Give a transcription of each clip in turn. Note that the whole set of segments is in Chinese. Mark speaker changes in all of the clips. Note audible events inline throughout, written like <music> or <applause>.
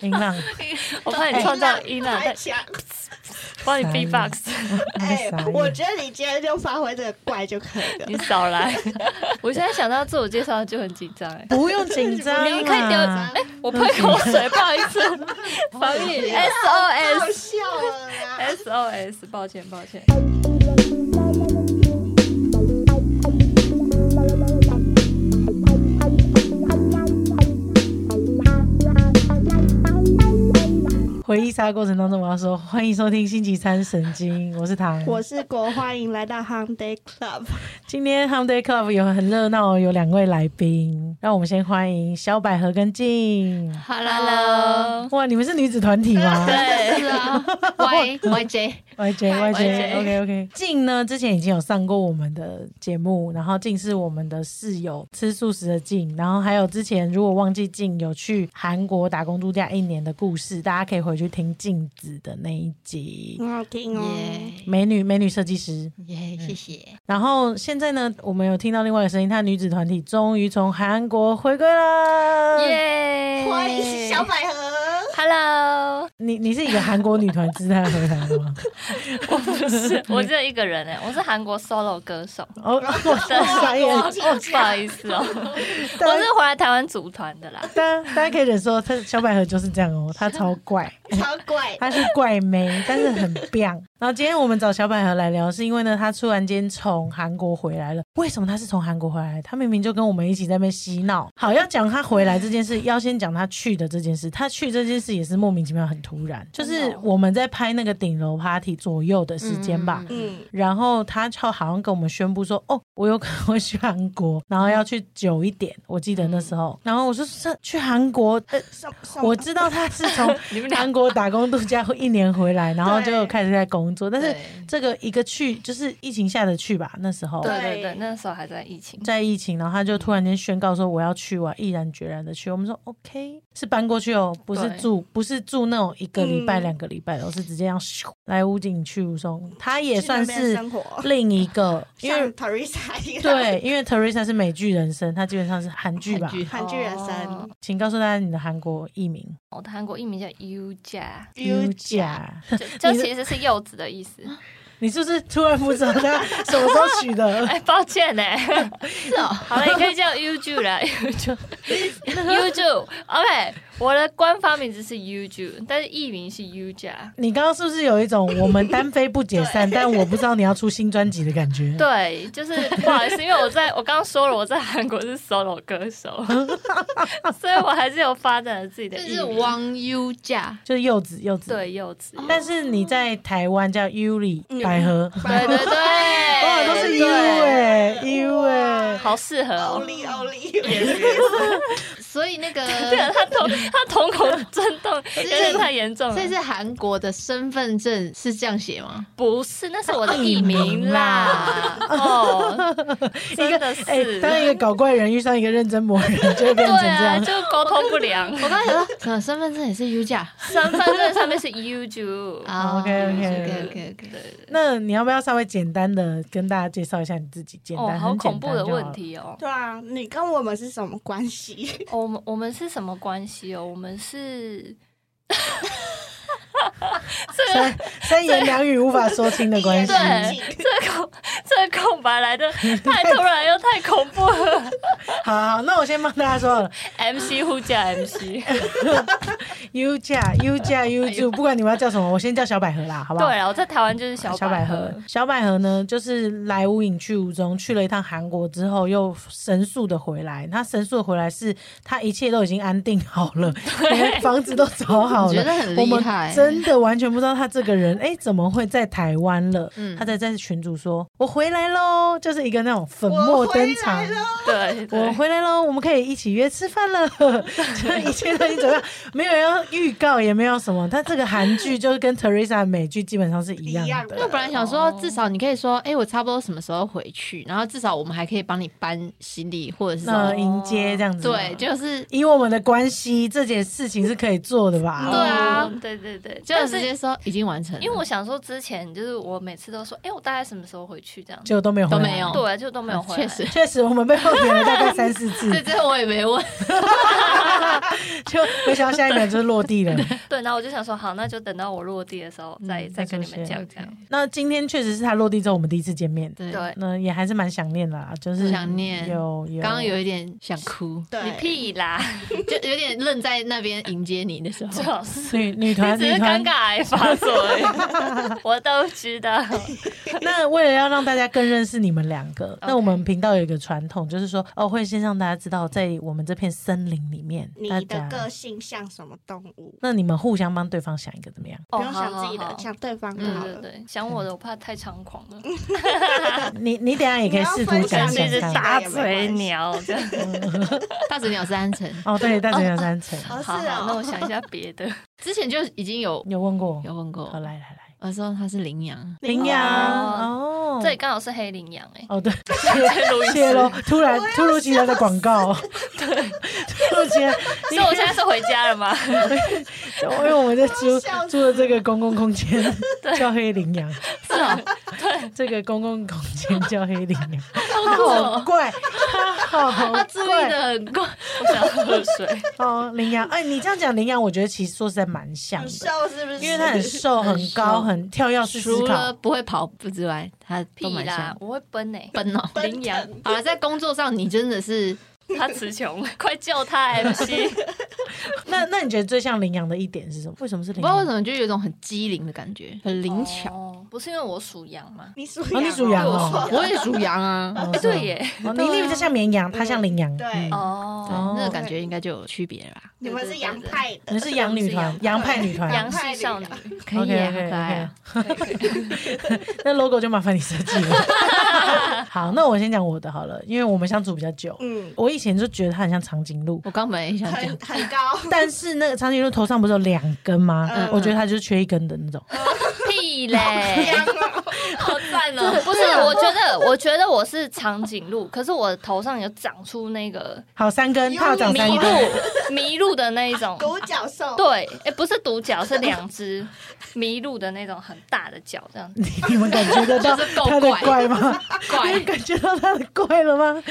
Speaker 1: 音浪，
Speaker 2: 我帮你创造音
Speaker 1: 啊
Speaker 2: 浪，
Speaker 3: 哎太强！
Speaker 1: <laughs>
Speaker 2: 帮你
Speaker 1: 傻眼
Speaker 2: B-box，
Speaker 3: 哎
Speaker 1: 傻，
Speaker 3: 我
Speaker 1: 眼
Speaker 3: 觉得你今天就发挥这个怪就可以了
Speaker 2: 你。少来。 <laughs> 我现在想到自我介绍就很紧张哎。
Speaker 1: 不用紧张啊啦，
Speaker 2: 你可以丢哎、 <laughs> 我喷口水，不好意
Speaker 4: <laughs>
Speaker 2: 思，防疫 <laughs>
Speaker 3: 好
Speaker 2: SOS
Speaker 3: 笑啊了
Speaker 1: <laughs>
Speaker 3: 啦！
Speaker 2: SOS，抱歉抱歉。
Speaker 1: 回忆杀过程当中，我要说欢迎收听星期三神经，我是唐。
Speaker 3: 我是国，欢迎来到 Hung Day Club。
Speaker 1: 今天 Hum Day Club 有很热闹哦，有两位来宾，让我们先欢迎小百合跟静。
Speaker 4: Hello
Speaker 1: 哇，你们是女子团体
Speaker 2: <laughs>
Speaker 1: 吗？
Speaker 4: <laughs> 是啊，Y Y J，
Speaker 1: YJ YJ
Speaker 2: YJ
Speaker 1: OK OK，静呢之前已经有上过我们的节目，然后静是我们的室友，吃素食的静，然后还有之前如果忘记静有去韩国打工度假一年的故事，大家可以回去听静子的那一集，
Speaker 3: 很好听哦。
Speaker 4: 耶
Speaker 1: 美女美女设计师。嗯
Speaker 4: 耶，谢谢。
Speaker 1: 然后现在呢，我们有听到另外一个声音，她女子团体终于从韩国回归啦！
Speaker 2: 耶！
Speaker 3: 欢迎小百合，
Speaker 2: Hello，
Speaker 1: 你你是一个韩国女团姿态回来的吗？
Speaker 2: 我不是， <laughs> 我只有一个人哎、我是韩国 solo 歌手。
Speaker 1: 哦，我傻眼，
Speaker 2: 哦，不好意
Speaker 4: <laughs>
Speaker 2: 思哦，我是回来台湾组团的啦。
Speaker 1: 大家大家可以忍受，她小百合就是这样哦，她超怪。
Speaker 3: 超
Speaker 1: <laughs>
Speaker 3: 怪。
Speaker 1: 她是怪妹，但是很 b 然后今天我们找小百合来聊，是因为呢，她突然间从韩国回来了。为什么她是从韩国回来？她明明就跟我们一起在那边洗脑。好，要讲她回来这件事，要先讲她去的这件事。她去这件事也是莫名其妙，很突然。就是我们在拍那个顶楼 party 左右的时间吧。
Speaker 3: 嗯，
Speaker 1: 然后她就好像跟我们宣布说，哦，我有可能会去韩国，然后要去久一点。我记得那时候，然后我说是去韩国，呃，
Speaker 3: 什什
Speaker 1: 我知道他是从
Speaker 2: 你们
Speaker 1: <laughs> 韩国打工度假一年回来，然后就开始在工作。但是
Speaker 4: 对
Speaker 1: 这个一个去就是疫情下的去吧，那时候
Speaker 2: 对
Speaker 3: 对
Speaker 2: 对对，那时候还在疫情。
Speaker 1: 在疫情，然后他就突然间宣告说我要去，我要毅然决然的去。我们说 OK，是搬过去哦，不是
Speaker 2: 对
Speaker 1: 住，不是住那种一个礼拜、
Speaker 3: 嗯
Speaker 1: 两个礼拜的，我哦是直接这样咻来屋顶去无松。他也
Speaker 3: 去那
Speaker 1: 算
Speaker 3: 边
Speaker 1: 是
Speaker 3: 生活
Speaker 1: 另一
Speaker 3: <laughs>
Speaker 1: 个，因
Speaker 3: 像
Speaker 1: 为
Speaker 3: Teresa 一样，
Speaker 1: 对，因为 Teresa 是美剧人生，他基本上是韩剧吧
Speaker 4: 韩。剧
Speaker 3: 韩剧人
Speaker 2: 哦
Speaker 3: 生。
Speaker 1: 请告诉大家你的韩国译名。
Speaker 2: 我的哦韩国译名叫 U <laughs> 加，
Speaker 1: U 甲，
Speaker 2: 就就其实是柚子的意思。 <laughs>
Speaker 1: 你是不是突然不知道他什么时候取的？
Speaker 2: <laughs> 哎，抱歉呢。是哦， <laughs> 好了，你可以叫 U Ju 啦，U Ju <laughs> U Ju。OK，我的官方名字是 U Ju，但是艺名是 U 加。
Speaker 1: 你刚刚是不是有一种我们单飞不解散，但我不知道你要出新专辑的感觉？
Speaker 2: 对，就是不好意思，因为我在我刚刚说了，我在韩国是 solo 歌 <laughs> 手，所以我还是有发展了自己的
Speaker 4: 这
Speaker 2: 艺
Speaker 4: 是
Speaker 2: 名。
Speaker 4: 王 U 架，
Speaker 1: 就是柚子，柚子。。
Speaker 2: 对，柚子。
Speaker 1: 但是你在台湾叫 Yuri 百合， <laughs>
Speaker 2: 对对嗯 <laughs> 对，
Speaker 1: 哇，都是 U
Speaker 2: 对
Speaker 1: 哎，U 哎，
Speaker 2: 好适合哦。
Speaker 3: 欧丽欧丽，
Speaker 1: <laughs>
Speaker 4: 所以那个，
Speaker 2: 对啊，他瞳他瞳孔震动有点太严重了
Speaker 4: 所以。是韩国的身份证是这样写吗？
Speaker 2: 不是，那是我的艺名啦。哦，
Speaker 1: 一
Speaker 2: 真
Speaker 1: 个
Speaker 2: 的
Speaker 1: 哎，
Speaker 2: 是。
Speaker 1: 当一个搞怪人遇上一个认真魔人，就会变
Speaker 2: 对
Speaker 1: 成这
Speaker 2: 啊，
Speaker 1: 样。
Speaker 2: 就沟通不良。
Speaker 4: 我刚才想说，什么身份证也是 U 架
Speaker 2: 身份证上面是 UJ，
Speaker 4: 啊
Speaker 1: OK，OK
Speaker 4: OK OK，
Speaker 1: 那你要不要稍微简单的跟大家介绍一下你自己？简
Speaker 2: 哦，
Speaker 1: 单，
Speaker 2: 好
Speaker 1: 很
Speaker 2: 恐
Speaker 1: 简
Speaker 2: 怖
Speaker 1: 单
Speaker 2: 的
Speaker 1: 就好
Speaker 2: 问
Speaker 1: 了。
Speaker 2: 题哦。
Speaker 3: 对啊，你跟我们是什么关系？
Speaker 2: 哦我们我们是什么关系哦？我们是
Speaker 1: <laughs> 三三言两语无法说清的关系
Speaker 2: <laughs> 对。这个空这个空白来的太突然又太恐怖了。
Speaker 1: 好好，那我先帮大家说好了
Speaker 2: MC 呼叫 MC，
Speaker 1: ，U 架 U 架
Speaker 4: 哎
Speaker 1: U 柱，不管你们要叫什么，我先叫小百合啦，好不好？
Speaker 2: 对了，啊我在台湾就是小
Speaker 1: 小百合，小百合呢，就是来无影去无踪，去了一趟韩国之后，又神速的回来。她神速的回来是，她一切都已经安定好了，
Speaker 4: <laughs>
Speaker 1: 连房子都找好了，
Speaker 4: 我觉得很
Speaker 1: 我
Speaker 4: 厉
Speaker 1: 们
Speaker 4: 害，欸
Speaker 1: 真的完全不知道他这个人，哎、怎么会在台湾了？
Speaker 4: 嗯
Speaker 1: 他在在群主说：“我回来喽！”就是一个那种粉墨登场。
Speaker 2: 对，对
Speaker 1: 我回来喽，我们可以一起约吃饭
Speaker 4: <laughs>
Speaker 1: 了，就是一切都已经准备好，没有人要预告，也没有什么。他这个韩剧就是跟 Teresa 的美剧基本上是一样
Speaker 3: 一样
Speaker 1: 的，
Speaker 3: 的
Speaker 4: 那我本来想说，至少你可以说，哎、我差不多什么时候回去，然后至少我们还可以帮你搬行李或者是什么。
Speaker 1: 那迎接这样子。
Speaker 4: 对，就是
Speaker 1: 以我们的关系，这件事情是可以做的吧？
Speaker 4: 对啊
Speaker 2: 哦对对对，
Speaker 4: 就
Speaker 2: 但
Speaker 4: 直
Speaker 2: 是
Speaker 4: 接说已经完成了，
Speaker 2: 因为我想说之前就是我每次都说，哎，我大概什么时候回去这样子，
Speaker 1: 就都没有回来
Speaker 4: 都没有
Speaker 2: 对，啊就都没有回来。
Speaker 4: 啊确实，
Speaker 1: 确实，我们被后
Speaker 4: <laughs>
Speaker 1: 点了大概三四次
Speaker 4: 这，这我也没问，
Speaker 1: 就没想到下一秒就是落地了。
Speaker 2: 对，然后我就想说，好，那就等到我落地的时候再、
Speaker 1: 嗯
Speaker 2: 再跟你
Speaker 1: 再
Speaker 2: 们
Speaker 1: 出现
Speaker 2: 讲这样。
Speaker 1: 那今天确实是他落地之后我们第一次见面，
Speaker 4: 对，
Speaker 2: 对，
Speaker 1: 那也还是蛮想念的啦，就是
Speaker 4: 想念
Speaker 1: 有有
Speaker 4: 刚刚有一点想哭，
Speaker 3: 对，
Speaker 2: 你屁啦，
Speaker 4: 就有点愣在那边迎接你的时候
Speaker 2: 最。好是。
Speaker 1: 女女
Speaker 2: 你
Speaker 4: <laughs>
Speaker 1: 团
Speaker 2: 只
Speaker 1: 女
Speaker 2: 是尴
Speaker 1: 团
Speaker 2: 尬癌发作而已，我都知
Speaker 3: <laughs>
Speaker 2: 道。
Speaker 1: <laughs> 那为了要让大家更认识你们两个，那我们频道有一个传统，就是说哦，会先让大家知道，在我们这片森林里面，
Speaker 3: 你
Speaker 1: 大
Speaker 3: 的
Speaker 1: 家
Speaker 3: 个性像什么动物？
Speaker 1: 那你们互相帮对方想一个怎么样？
Speaker 2: 哦
Speaker 3: 不用想自己
Speaker 2: 好好
Speaker 3: 的，
Speaker 2: 好
Speaker 3: 想对方
Speaker 2: 对
Speaker 3: 就好
Speaker 2: 对
Speaker 3: 了。
Speaker 2: 对，想我的，我怕太猖狂了，
Speaker 1: 你你等一下也可以试图想
Speaker 3: 想
Speaker 2: 是
Speaker 1: 想
Speaker 2: 一只
Speaker 1: 看。
Speaker 3: <laughs>
Speaker 2: 大嘴鸟这样。
Speaker 4: 大嘴鸟是安城，
Speaker 1: 哦，对，大嘴有三层，
Speaker 3: 哦，是
Speaker 2: 好好，那我
Speaker 3: 哦，
Speaker 2: 想一下别的。
Speaker 4: 之前就已经有
Speaker 1: 有问过？
Speaker 4: 有问过
Speaker 1: 好，，来来来，
Speaker 4: 我呃说他是羚羊，
Speaker 1: 羚羊哦，
Speaker 2: 这里刚好是黑羚羊
Speaker 1: <laughs>
Speaker 2: 哎，
Speaker 1: 哦对，谢喽，突然突如其来的广告，对， <laughs> 突如其来，
Speaker 2: 所以我现在是回家了吗？
Speaker 1: 因为我们在租
Speaker 3: 笑死
Speaker 1: 租的这个公共空间叫黑羚羊，
Speaker 4: 是
Speaker 1: <laughs>
Speaker 4: 哦，
Speaker 1: 这个公共空间叫黑羚羊，
Speaker 4: 好酷
Speaker 1: 好
Speaker 4: 哦，
Speaker 1: 怪，它好
Speaker 4: 他注意
Speaker 1: 怪
Speaker 4: 的很怪，
Speaker 2: <laughs> 我想喝 <laughs> 水。
Speaker 1: 哦，羚羊，哎，你这样讲羚羊，我觉得其实说实在蛮像
Speaker 3: 很
Speaker 1: 的，
Speaker 3: 瘦是不是？
Speaker 1: 因为它很瘦、
Speaker 4: 很
Speaker 1: 很高、
Speaker 4: 瘦
Speaker 1: 很跳跃式思
Speaker 4: 除了
Speaker 1: 考，
Speaker 4: 不会跑步之外，他
Speaker 2: 屁
Speaker 4: 都蛮
Speaker 2: 啦
Speaker 4: 像，
Speaker 2: 我会奔哎，
Speaker 4: 奔哦。
Speaker 3: 奔腾
Speaker 2: 羚羊，
Speaker 4: <laughs> 好了，在工作上你真的是
Speaker 2: 他词穷， <laughs> 快救他 MC。
Speaker 1: 那那你觉得最像羚羊的一点是什么？为什么是
Speaker 4: 不
Speaker 1: 羚
Speaker 4: 知道为
Speaker 1: 羊
Speaker 4: 什？么就有一种很机灵的感觉，很灵巧。
Speaker 2: 哦，不是因为我属羊吗？
Speaker 3: 你属
Speaker 1: 哦
Speaker 3: 羊，
Speaker 1: 你属羊哦
Speaker 3: 不错
Speaker 4: 我也属羊 <laughs> 啊，
Speaker 1: 哦
Speaker 2: 哎，对，耶，
Speaker 1: 是吗哦你你比较像绵羊，它像羚羊，
Speaker 3: 对
Speaker 1: 嗯
Speaker 2: 哦，
Speaker 4: 那个感觉应该就有区别啦。
Speaker 3: 你们是羊派
Speaker 1: 你
Speaker 3: 的，
Speaker 1: 是羊女团、
Speaker 2: 对
Speaker 1: 羊派女
Speaker 2: <laughs>
Speaker 1: 团，
Speaker 2: 羊系少女，
Speaker 4: 可以啊，好可爱啊！
Speaker 1: <laughs> 那 logo 就麻烦你设计了。 <laughs> 好，那我先讲我的好了，因为我们相处比较久。
Speaker 3: 嗯，
Speaker 1: 我以前就觉得它很像长颈鹿，
Speaker 4: 我刚本来也想讲
Speaker 3: 很，
Speaker 1: <laughs>
Speaker 3: 很高，
Speaker 1: 但是那个长颈鹿头上不是有两根吗？
Speaker 3: 嗯
Speaker 1: 我觉得它就是缺一根的那种。
Speaker 2: <laughs> 屁嘞， <laughs>
Speaker 3: 啊
Speaker 2: 好赞哦！不是，我觉得，我觉得我是长颈鹿， <laughs> 可是我头上有长出那个
Speaker 1: 好，三根，它有长三
Speaker 2: 麋 <laughs>
Speaker 1: 根。
Speaker 2: 鹿，麋鹿的那一种。
Speaker 3: 独角兽，
Speaker 2: 对，哎，不是独角，是两只 <laughs> 麋鹿的那种很大的角，这样子。
Speaker 1: 你们感觉得到
Speaker 4: 就是够
Speaker 1: 它的
Speaker 4: 怪
Speaker 1: 怪吗？你们
Speaker 4: 怪
Speaker 1: 感觉到它的怪了吗？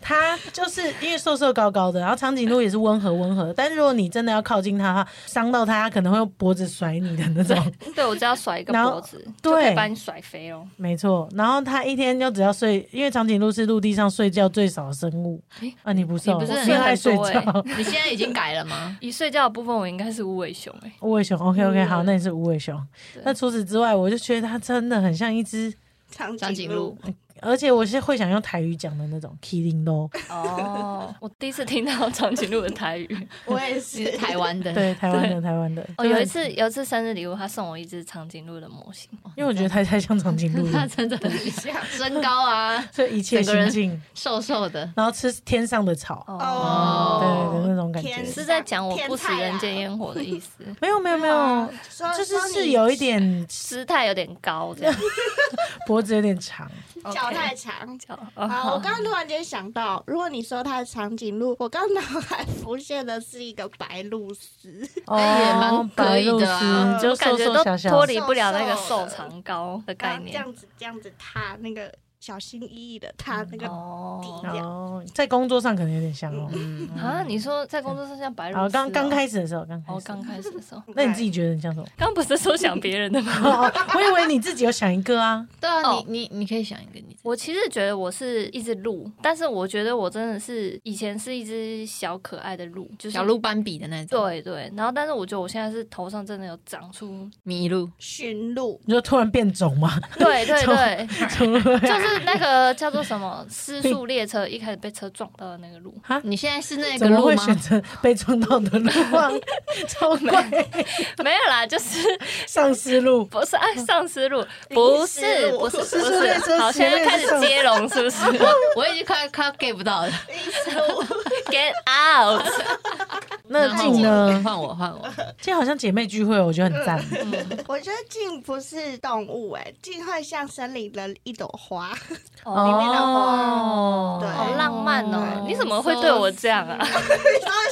Speaker 1: 它就是因为瘦瘦高高的，然后长颈鹿也是温和温和的，但是如果你真的要靠近它的话，伤到它，它可能会用脖子甩你的那种。
Speaker 2: 对，我只要甩一个
Speaker 1: 然后
Speaker 2: 脖子，
Speaker 1: 对
Speaker 2: 就可以把你甩飞哦。
Speaker 1: 没错，然后它一天就只要睡，因为长颈鹿是陆地上睡觉最少的生物啊，你不是哦？
Speaker 4: 你不是
Speaker 1: 我
Speaker 4: 很
Speaker 1: 最爱睡
Speaker 2: 多欸
Speaker 1: 觉。
Speaker 4: <laughs> 你现在已经改了吗？
Speaker 2: 以睡觉的部分，我应该是无尾熊哎、
Speaker 1: 无尾熊，OK OK，好，那你是无尾熊。
Speaker 2: 对
Speaker 1: 那除此之外，我就觉得它真的很像一只，
Speaker 3: 长
Speaker 4: 长颈
Speaker 3: 颈
Speaker 4: 鹿
Speaker 3: 鹿，
Speaker 1: 而且我是会想用台语讲的那种 killing 咯，
Speaker 2: 哦，我第一次听到长颈鹿的台语。
Speaker 3: 我也
Speaker 4: 你是
Speaker 3: 是，
Speaker 4: 台湾的，
Speaker 1: 对，台湾的台湾的。
Speaker 2: 哦，有一次有一次生日礼物，他送我一只长颈鹿的模型。
Speaker 1: 因为我觉得它太像长颈鹿
Speaker 4: 他
Speaker 1: 了，
Speaker 4: 真的很像，身高啊，
Speaker 1: 所以一切
Speaker 4: 整个
Speaker 1: 行
Speaker 4: 人
Speaker 1: 进，
Speaker 4: 瘦瘦的，
Speaker 1: 然后吃天上的草，
Speaker 3: 哦
Speaker 1: 对对对，那种感
Speaker 3: 天啊
Speaker 1: 觉。
Speaker 2: 是在讲我不食人间烟火的意思，
Speaker 1: 没有没有没有，
Speaker 3: 说
Speaker 1: 哦就是
Speaker 3: 啊说你
Speaker 1: 是有一点
Speaker 2: 姿态有点高这样。
Speaker 1: 脖子有点长，
Speaker 3: 脚太长。
Speaker 2: 哦
Speaker 3: 好，我刚刚突然间想到，如果你说它是长颈鹿，我刚脑海浮现的是一个白鹭鸶，
Speaker 1: 哦
Speaker 4: 也蛮可
Speaker 1: 白
Speaker 4: 以
Speaker 1: 鹭
Speaker 4: 的啊
Speaker 1: 鸶就
Speaker 2: 我感
Speaker 1: 瘦
Speaker 2: 觉
Speaker 1: 瘦
Speaker 2: 都
Speaker 1: 小小
Speaker 2: 脱
Speaker 1: 的，
Speaker 2: 离不了那个瘦长高的概
Speaker 3: 然后这
Speaker 2: 念。
Speaker 3: 样子这样子踏那个小心翼翼的踏那个，
Speaker 2: 哦
Speaker 3: 这样
Speaker 1: 哦，在工作上可能有点像哦。
Speaker 4: 嗯，
Speaker 2: 啊，你说在工作上像白
Speaker 1: 好，
Speaker 2: 鹭，
Speaker 1: 刚刚，开始的时候，刚开
Speaker 2: 哦，
Speaker 1: 始，
Speaker 2: 刚开始的时候，
Speaker 1: 那你自己觉得你像什么？ <laughs>
Speaker 2: 刚不是说想别人的吗？
Speaker 1: 哦哦我以为你自己有想一个啊，
Speaker 4: 对啊，
Speaker 2: 哦
Speaker 4: 你你你可以想一个你自己，
Speaker 2: 我其实觉得我是一只鹿，但是我觉得我真的是以前是一只小可爱的鹿，就是
Speaker 4: 小。鹿斑比的那种，，
Speaker 2: 对对，然后但是我觉得我现在是头上真的有长出，
Speaker 4: 麋鹿，
Speaker 1: <laughs>
Speaker 3: 驯鹿，
Speaker 1: 你就突然变种嘛，
Speaker 2: 对对
Speaker 1: 从
Speaker 2: 对，
Speaker 1: 从
Speaker 2: 就是那个叫做什么失速列车，一开始被车撞到的那个鹿，
Speaker 4: 你现在是那个
Speaker 1: 怎么
Speaker 4: 鹿
Speaker 1: 会
Speaker 4: 吗
Speaker 1: 选？择被撞到的路况？超 <laughs> 怪，
Speaker 2: 没有啦，就是
Speaker 1: 丧尸
Speaker 2: <laughs>
Speaker 1: 路。
Speaker 2: 不是爱上失路，不
Speaker 3: 失
Speaker 2: 是
Speaker 3: 路
Speaker 2: 不是不
Speaker 1: 失速列
Speaker 2: 是，
Speaker 1: 车
Speaker 2: 好，
Speaker 1: 斜
Speaker 2: 现在
Speaker 1: 列
Speaker 2: 开始
Speaker 1: 上
Speaker 2: 接龙是不是
Speaker 4: <laughs> 我已经快快 get 不到了。
Speaker 2: <laughs> ？Get out！
Speaker 1: 那静呢？
Speaker 4: 换我换我，
Speaker 1: 这好像姐妹聚会，我觉得很赞。
Speaker 3: 我觉得鲸不是动物、哎，鲸会像森林的一朵花， <laughs>
Speaker 2: 哦，
Speaker 3: 面的
Speaker 1: 哦
Speaker 3: 花对
Speaker 2: 好浪漫哦
Speaker 4: 哦！
Speaker 2: 你怎么会对我这样啊？
Speaker 3: 你说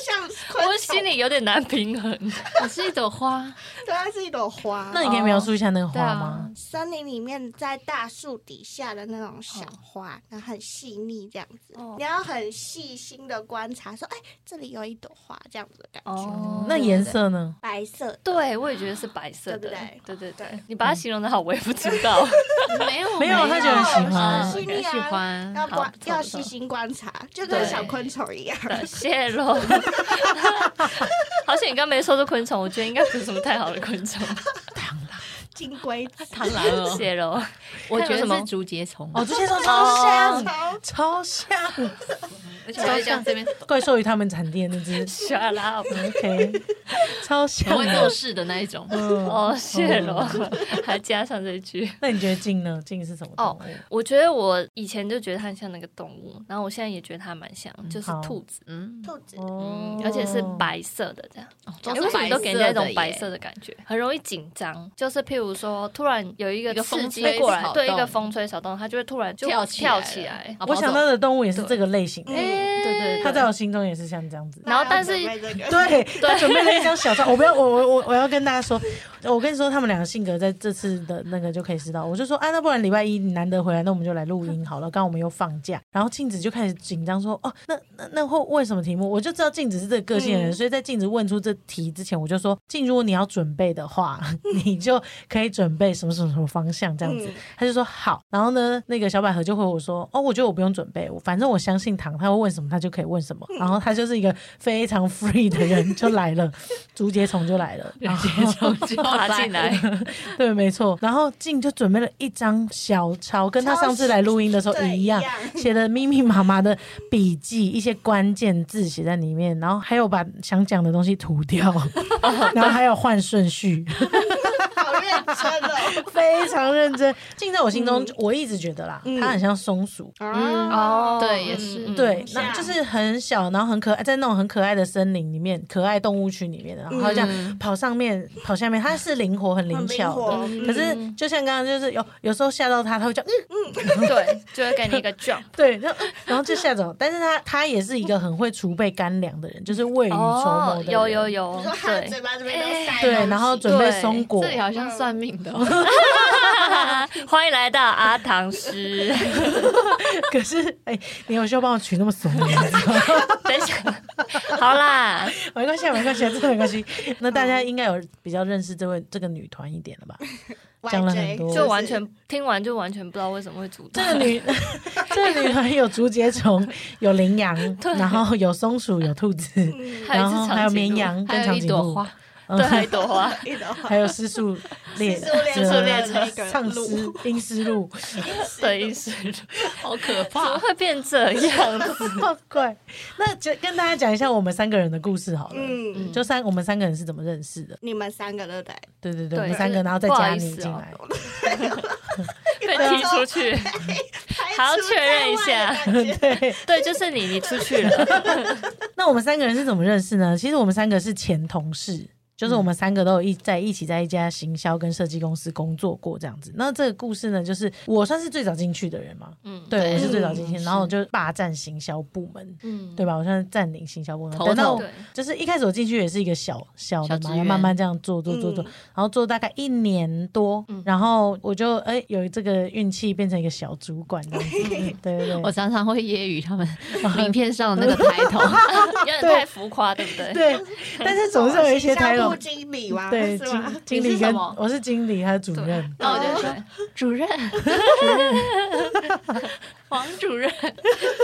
Speaker 3: 像昆
Speaker 2: <laughs>
Speaker 3: 虫
Speaker 2: 我心里有点难平衡。
Speaker 4: 我是一朵花，
Speaker 3: 对，它是一朵花。哦
Speaker 1: 那你可以描述一下那个
Speaker 2: 啊
Speaker 1: 花吗？
Speaker 3: 森林里面，在大树底下的那种小花，然后很细腻这样子，
Speaker 2: 哦
Speaker 3: 你要很细心的观察，说，哎，这里有一朵花这样样的感觉，
Speaker 2: 哦
Speaker 3: 啊
Speaker 1: 那颜色呢？
Speaker 3: 白色的。
Speaker 2: 对，我也觉得是白色的，
Speaker 3: 对
Speaker 2: 对对对
Speaker 3: 对
Speaker 2: 你把它形容的好， <laughs> 我也不知道。
Speaker 4: 没有
Speaker 1: 没有他觉得很喜欢
Speaker 4: 嗯
Speaker 3: 细腻
Speaker 4: 很
Speaker 3: 啊
Speaker 4: 喜欢。
Speaker 3: 要
Speaker 2: 好
Speaker 3: 观
Speaker 2: 不错
Speaker 3: 要
Speaker 2: 不错
Speaker 3: 细心观察，就跟
Speaker 2: 对
Speaker 3: 小昆虫一样。
Speaker 2: 谢喽。好险你刚没说是昆虫，我觉得应该不是什么太好的昆虫。
Speaker 3: 金龟子
Speaker 4: 螳螂
Speaker 2: <laughs>
Speaker 4: 哦，
Speaker 2: 谢喽，
Speaker 4: 我觉
Speaker 2: 看有什
Speaker 4: 得
Speaker 2: 么
Speaker 4: 是竹节虫。啊
Speaker 1: 哦，这些都超像，
Speaker 3: <laughs> 哦超
Speaker 1: 超像。
Speaker 4: 而且会像这边
Speaker 1: 怪兽与他们产地的那
Speaker 2: <laughs>
Speaker 1: 只
Speaker 2: shut up。
Speaker 1: ，OK，超像
Speaker 4: 很会
Speaker 1: 的
Speaker 4: 做。事的那一种。
Speaker 1: 嗯，
Speaker 2: 哦，谢喽，还加上这句。
Speaker 1: 那你觉得镜呢？镜是什么动物？
Speaker 2: 我觉得我以前就觉得它很像那个动物，然后我现在也觉得它蛮像，就是
Speaker 1: 好
Speaker 2: 兔子，
Speaker 4: 嗯，
Speaker 3: 兔子，
Speaker 1: 哦
Speaker 2: 而且是白色的这样。
Speaker 4: 都
Speaker 2: 为
Speaker 4: 是
Speaker 2: 什么
Speaker 4: 白
Speaker 2: 都
Speaker 4: 色
Speaker 2: 给人家一种哦白
Speaker 4: 的
Speaker 2: 色
Speaker 4: 耶。
Speaker 2: 的感觉，很容易紧张。就是譬如说，突然有一个
Speaker 4: 一个
Speaker 2: 刺
Speaker 4: 风
Speaker 2: 激
Speaker 4: 吹
Speaker 2: 过来
Speaker 4: 草，
Speaker 2: 对一个
Speaker 4: 动
Speaker 2: 风吹草动，它就会突然就
Speaker 4: 跳起来
Speaker 2: 跳
Speaker 4: 了
Speaker 2: 起来。
Speaker 4: 啊
Speaker 1: 我想到的动物也是
Speaker 2: 对
Speaker 1: 这个类型，
Speaker 2: 哎，对对，
Speaker 1: 它
Speaker 2: 对
Speaker 1: 在我心中也是像这样子。
Speaker 2: 然后但是
Speaker 3: 那要准备这
Speaker 2: <laughs>
Speaker 3: 个
Speaker 1: 对，他准备了一张小照，我不要，我我我我要跟大家说，我跟你说，他们两个性格在这次的那个就可以知道。我就说，啊，那不然礼拜一你难得回来，那我们就来录音好了。刚刚我们又放假，然后镜子就开始紧张说，哦，那那那会问什么题目？我就知道镜子是这个个性的人，
Speaker 3: 嗯
Speaker 1: 所以在镜子问出这题之前，我就说，镜，如果你要准备的话，你就可以准备什么什么什么方向这样子
Speaker 3: 嗯。
Speaker 1: 他就说好，然后呢，那个小百合就回我说，哦，我觉得我不用准备，我反正我相信糖，他会问什么他就可以问什么。然后他就是一个非常 free 的人，就来了，竹节虫就来了，然后
Speaker 2: 爬进来，
Speaker 1: 对，没错。然后静就准备了一张小抄，跟他上次来录音的时候
Speaker 3: 对
Speaker 1: 哦一样
Speaker 3: 一，样 <laughs>
Speaker 1: <laughs> 写的密密麻麻的笔记，一些关键字写在里面，然后还有把想讲的东西涂
Speaker 3: <laughs>
Speaker 1: 掉，然后还有换顺序。
Speaker 3: 好认真
Speaker 1: <laughs>
Speaker 3: 哦。
Speaker 1: 非常认真。静在我心中，我一直觉得啦，
Speaker 3: 嗯
Speaker 1: 它很像松鼠。
Speaker 4: 嗯
Speaker 2: 哦
Speaker 4: 对也是
Speaker 1: <laughs> 对，
Speaker 3: 像
Speaker 1: 那就是很小，然后很可爱，在那种很可爱的森林里面，可爱动物区里面的，然后这样跑上面、跑下面，它是灵活、很灵巧的。
Speaker 3: 嗯很灵活嗯
Speaker 1: 可是就像刚刚，就是有有时候吓到它，它会叫，嗯，
Speaker 2: 对，就会给你一个
Speaker 1: <laughs>
Speaker 2: jump。哦
Speaker 1: 对，然后然后就吓走。但是它它也是一个很会储备干粮的人，就是未雨绸缪的人。
Speaker 2: 哦有有
Speaker 3: 你
Speaker 2: 有
Speaker 3: 说，他的
Speaker 2: 对
Speaker 3: 嘴，巴这边都塞
Speaker 1: 哎对
Speaker 3: 东，西
Speaker 1: 然后准备
Speaker 2: 对
Speaker 1: 松果
Speaker 4: 这。里好像算命的哦，
Speaker 2: <laughs> 欢迎来到阿唐师。
Speaker 1: 可是哎、你有需要帮我取那么怂的名字吗？
Speaker 2: <laughs>
Speaker 1: <laughs>
Speaker 2: 等一下，好啦，
Speaker 1: 没关系啊，没关系啊，真的没关系。那大家应该有比较认识这位这个女团一点了吧？讲了很多
Speaker 2: <laughs> 就完全听完就完全不知道为什么会主动
Speaker 1: 这。个女， <laughs> 这个女团有竹节虫，有羚羊，
Speaker 2: <laughs>
Speaker 1: 然后有松鼠，有兔子，
Speaker 2: 还有一
Speaker 1: 然
Speaker 2: 只
Speaker 1: 后
Speaker 2: 长
Speaker 1: 还有
Speaker 2: 颈
Speaker 1: 绵
Speaker 2: 鹿，
Speaker 1: 羊跟
Speaker 4: 还有
Speaker 1: 长
Speaker 4: 一
Speaker 1: 颈
Speaker 4: 朵
Speaker 1: 鹿嗯
Speaker 4: 花，，
Speaker 2: 嗯对，还有一朵花。
Speaker 3: <laughs> 一种
Speaker 1: 还有失速列
Speaker 3: 失速列
Speaker 1: 车
Speaker 3: 车
Speaker 2: 那
Speaker 3: 个
Speaker 1: 丧
Speaker 3: 路
Speaker 2: <laughs>
Speaker 1: 尸阴尸路，
Speaker 2: 对，意思是怎 <laughs>
Speaker 4: 好可
Speaker 2: 么
Speaker 4: 怕。
Speaker 2: 会变这样子？
Speaker 1: 好 <laughs> 怪。那就跟大家讲一下我们三个人的故事好了。
Speaker 3: 嗯，
Speaker 1: 就三，我们三个人是怎么认识的？
Speaker 3: 你们三个对不对？
Speaker 1: 对对对，
Speaker 2: 对
Speaker 1: 我们三
Speaker 2: 就
Speaker 1: 个，
Speaker 2: 是
Speaker 1: 然后再
Speaker 2: 不好
Speaker 1: 加
Speaker 2: 意
Speaker 1: 你
Speaker 2: 思
Speaker 1: 进
Speaker 2: 哦 <laughs>
Speaker 1: 来。
Speaker 2: <laughs> 被踢出去，还要确认一下。
Speaker 1: <laughs> 对，
Speaker 2: <laughs> 对，就是你，你出去 <laughs> 了。
Speaker 1: 那我们三个人是怎么认识呢？其实我们三个是前同事，就是
Speaker 4: 嗯
Speaker 1: 我们三个都有一在一起在一家行销跟设计公司工作过这样子。那这个故事呢，就是我算是最早进去的人嘛，
Speaker 2: 嗯，
Speaker 1: 对，
Speaker 4: 对
Speaker 1: 我是最早进去，
Speaker 4: 嗯
Speaker 1: 然后我就霸占行销部门，
Speaker 2: 嗯，
Speaker 1: 对吧？我算是占领行销部门。
Speaker 4: 头
Speaker 1: 等到
Speaker 4: 头
Speaker 1: 我就是一开始我进去也是一个小小的
Speaker 4: 小职
Speaker 1: 嘛，
Speaker 4: 员
Speaker 1: 然后慢慢这样做做做做，
Speaker 3: 嗯
Speaker 1: 然后做大概一年多，
Speaker 2: 嗯
Speaker 1: 然后我就哎、有这个运气变成一个小主管这样子，
Speaker 4: <laughs>
Speaker 1: 对对对，
Speaker 4: 我常常会揶揄他们名片上的那个抬头，
Speaker 2: 有点太浮夸，对不对？
Speaker 1: 对，但是总是有一些抬头
Speaker 3: 部。经理吗？
Speaker 1: 对，
Speaker 3: 啊是吗
Speaker 1: 经？经
Speaker 4: 你
Speaker 1: 理
Speaker 4: 是什
Speaker 1: 跟
Speaker 4: 么
Speaker 1: 我是经理，他是主
Speaker 2: 对
Speaker 1: 任。
Speaker 4: 那我就
Speaker 2: 对
Speaker 4: 说
Speaker 2: 对 <laughs>
Speaker 4: 主任，黄主任，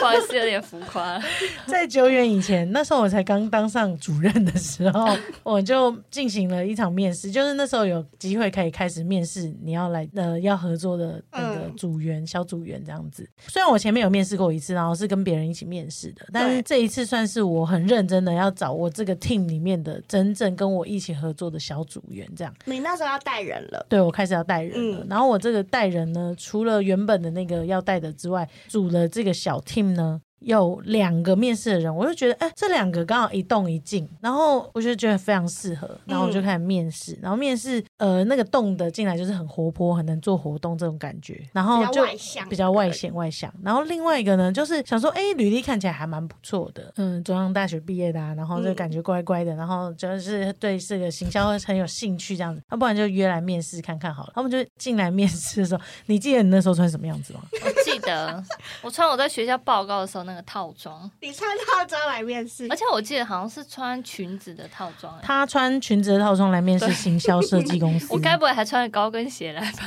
Speaker 2: 不好意思，有点浮夸。
Speaker 1: 在久远以前，那时候我才刚当上主任的时候， <laughs> 我就进行了一场面试，就是那时候有机会可以开始面试你要来呃要合作的那个
Speaker 3: 嗯
Speaker 1: 组员、小组员这样子。虽然我前面有面试过一次，然后是跟别人一起面试的，但是
Speaker 3: 对
Speaker 1: 这一次算是我很认真的要找我这个 team 里面的真正跟我一起合作的小组员这样。
Speaker 3: <laughs> 你那时候要带人了，
Speaker 1: 对我开始要带人了。
Speaker 3: 嗯
Speaker 1: 然后我这个带人呢，除了原本的那个要带的之外，组了这个小 team 呢。有两个面试的人，我就觉得，哎、这两个刚好一动一静，然后我就觉得非常适合，然
Speaker 3: 嗯
Speaker 1: 后我就开始面试，然后面试，呃，那个动的进来就是很活泼，很能做活动这种感觉，然后
Speaker 3: 比较
Speaker 1: 就
Speaker 3: 外向，
Speaker 1: 比较外显外向。然后另外一个呢，就是想说，哎、履历看起来还蛮不错的，嗯，中央大学毕业的、啊，然后
Speaker 2: 嗯
Speaker 1: 就感觉乖乖的，然后就是对这个行销很有兴趣这样子，要、不然就约来面试看看好了。他们就进来面试的时候，你记得你那时候穿什么样子吗？
Speaker 2: 我记得，我穿我在学校报告的时候那个套装，
Speaker 3: 你穿套装来面试
Speaker 2: 而，且我记得好像是穿裙子的套装、欸。
Speaker 1: 他穿裙子的套装来面试行销设计公司，
Speaker 2: <laughs> 我该不会还穿着高跟鞋来吧？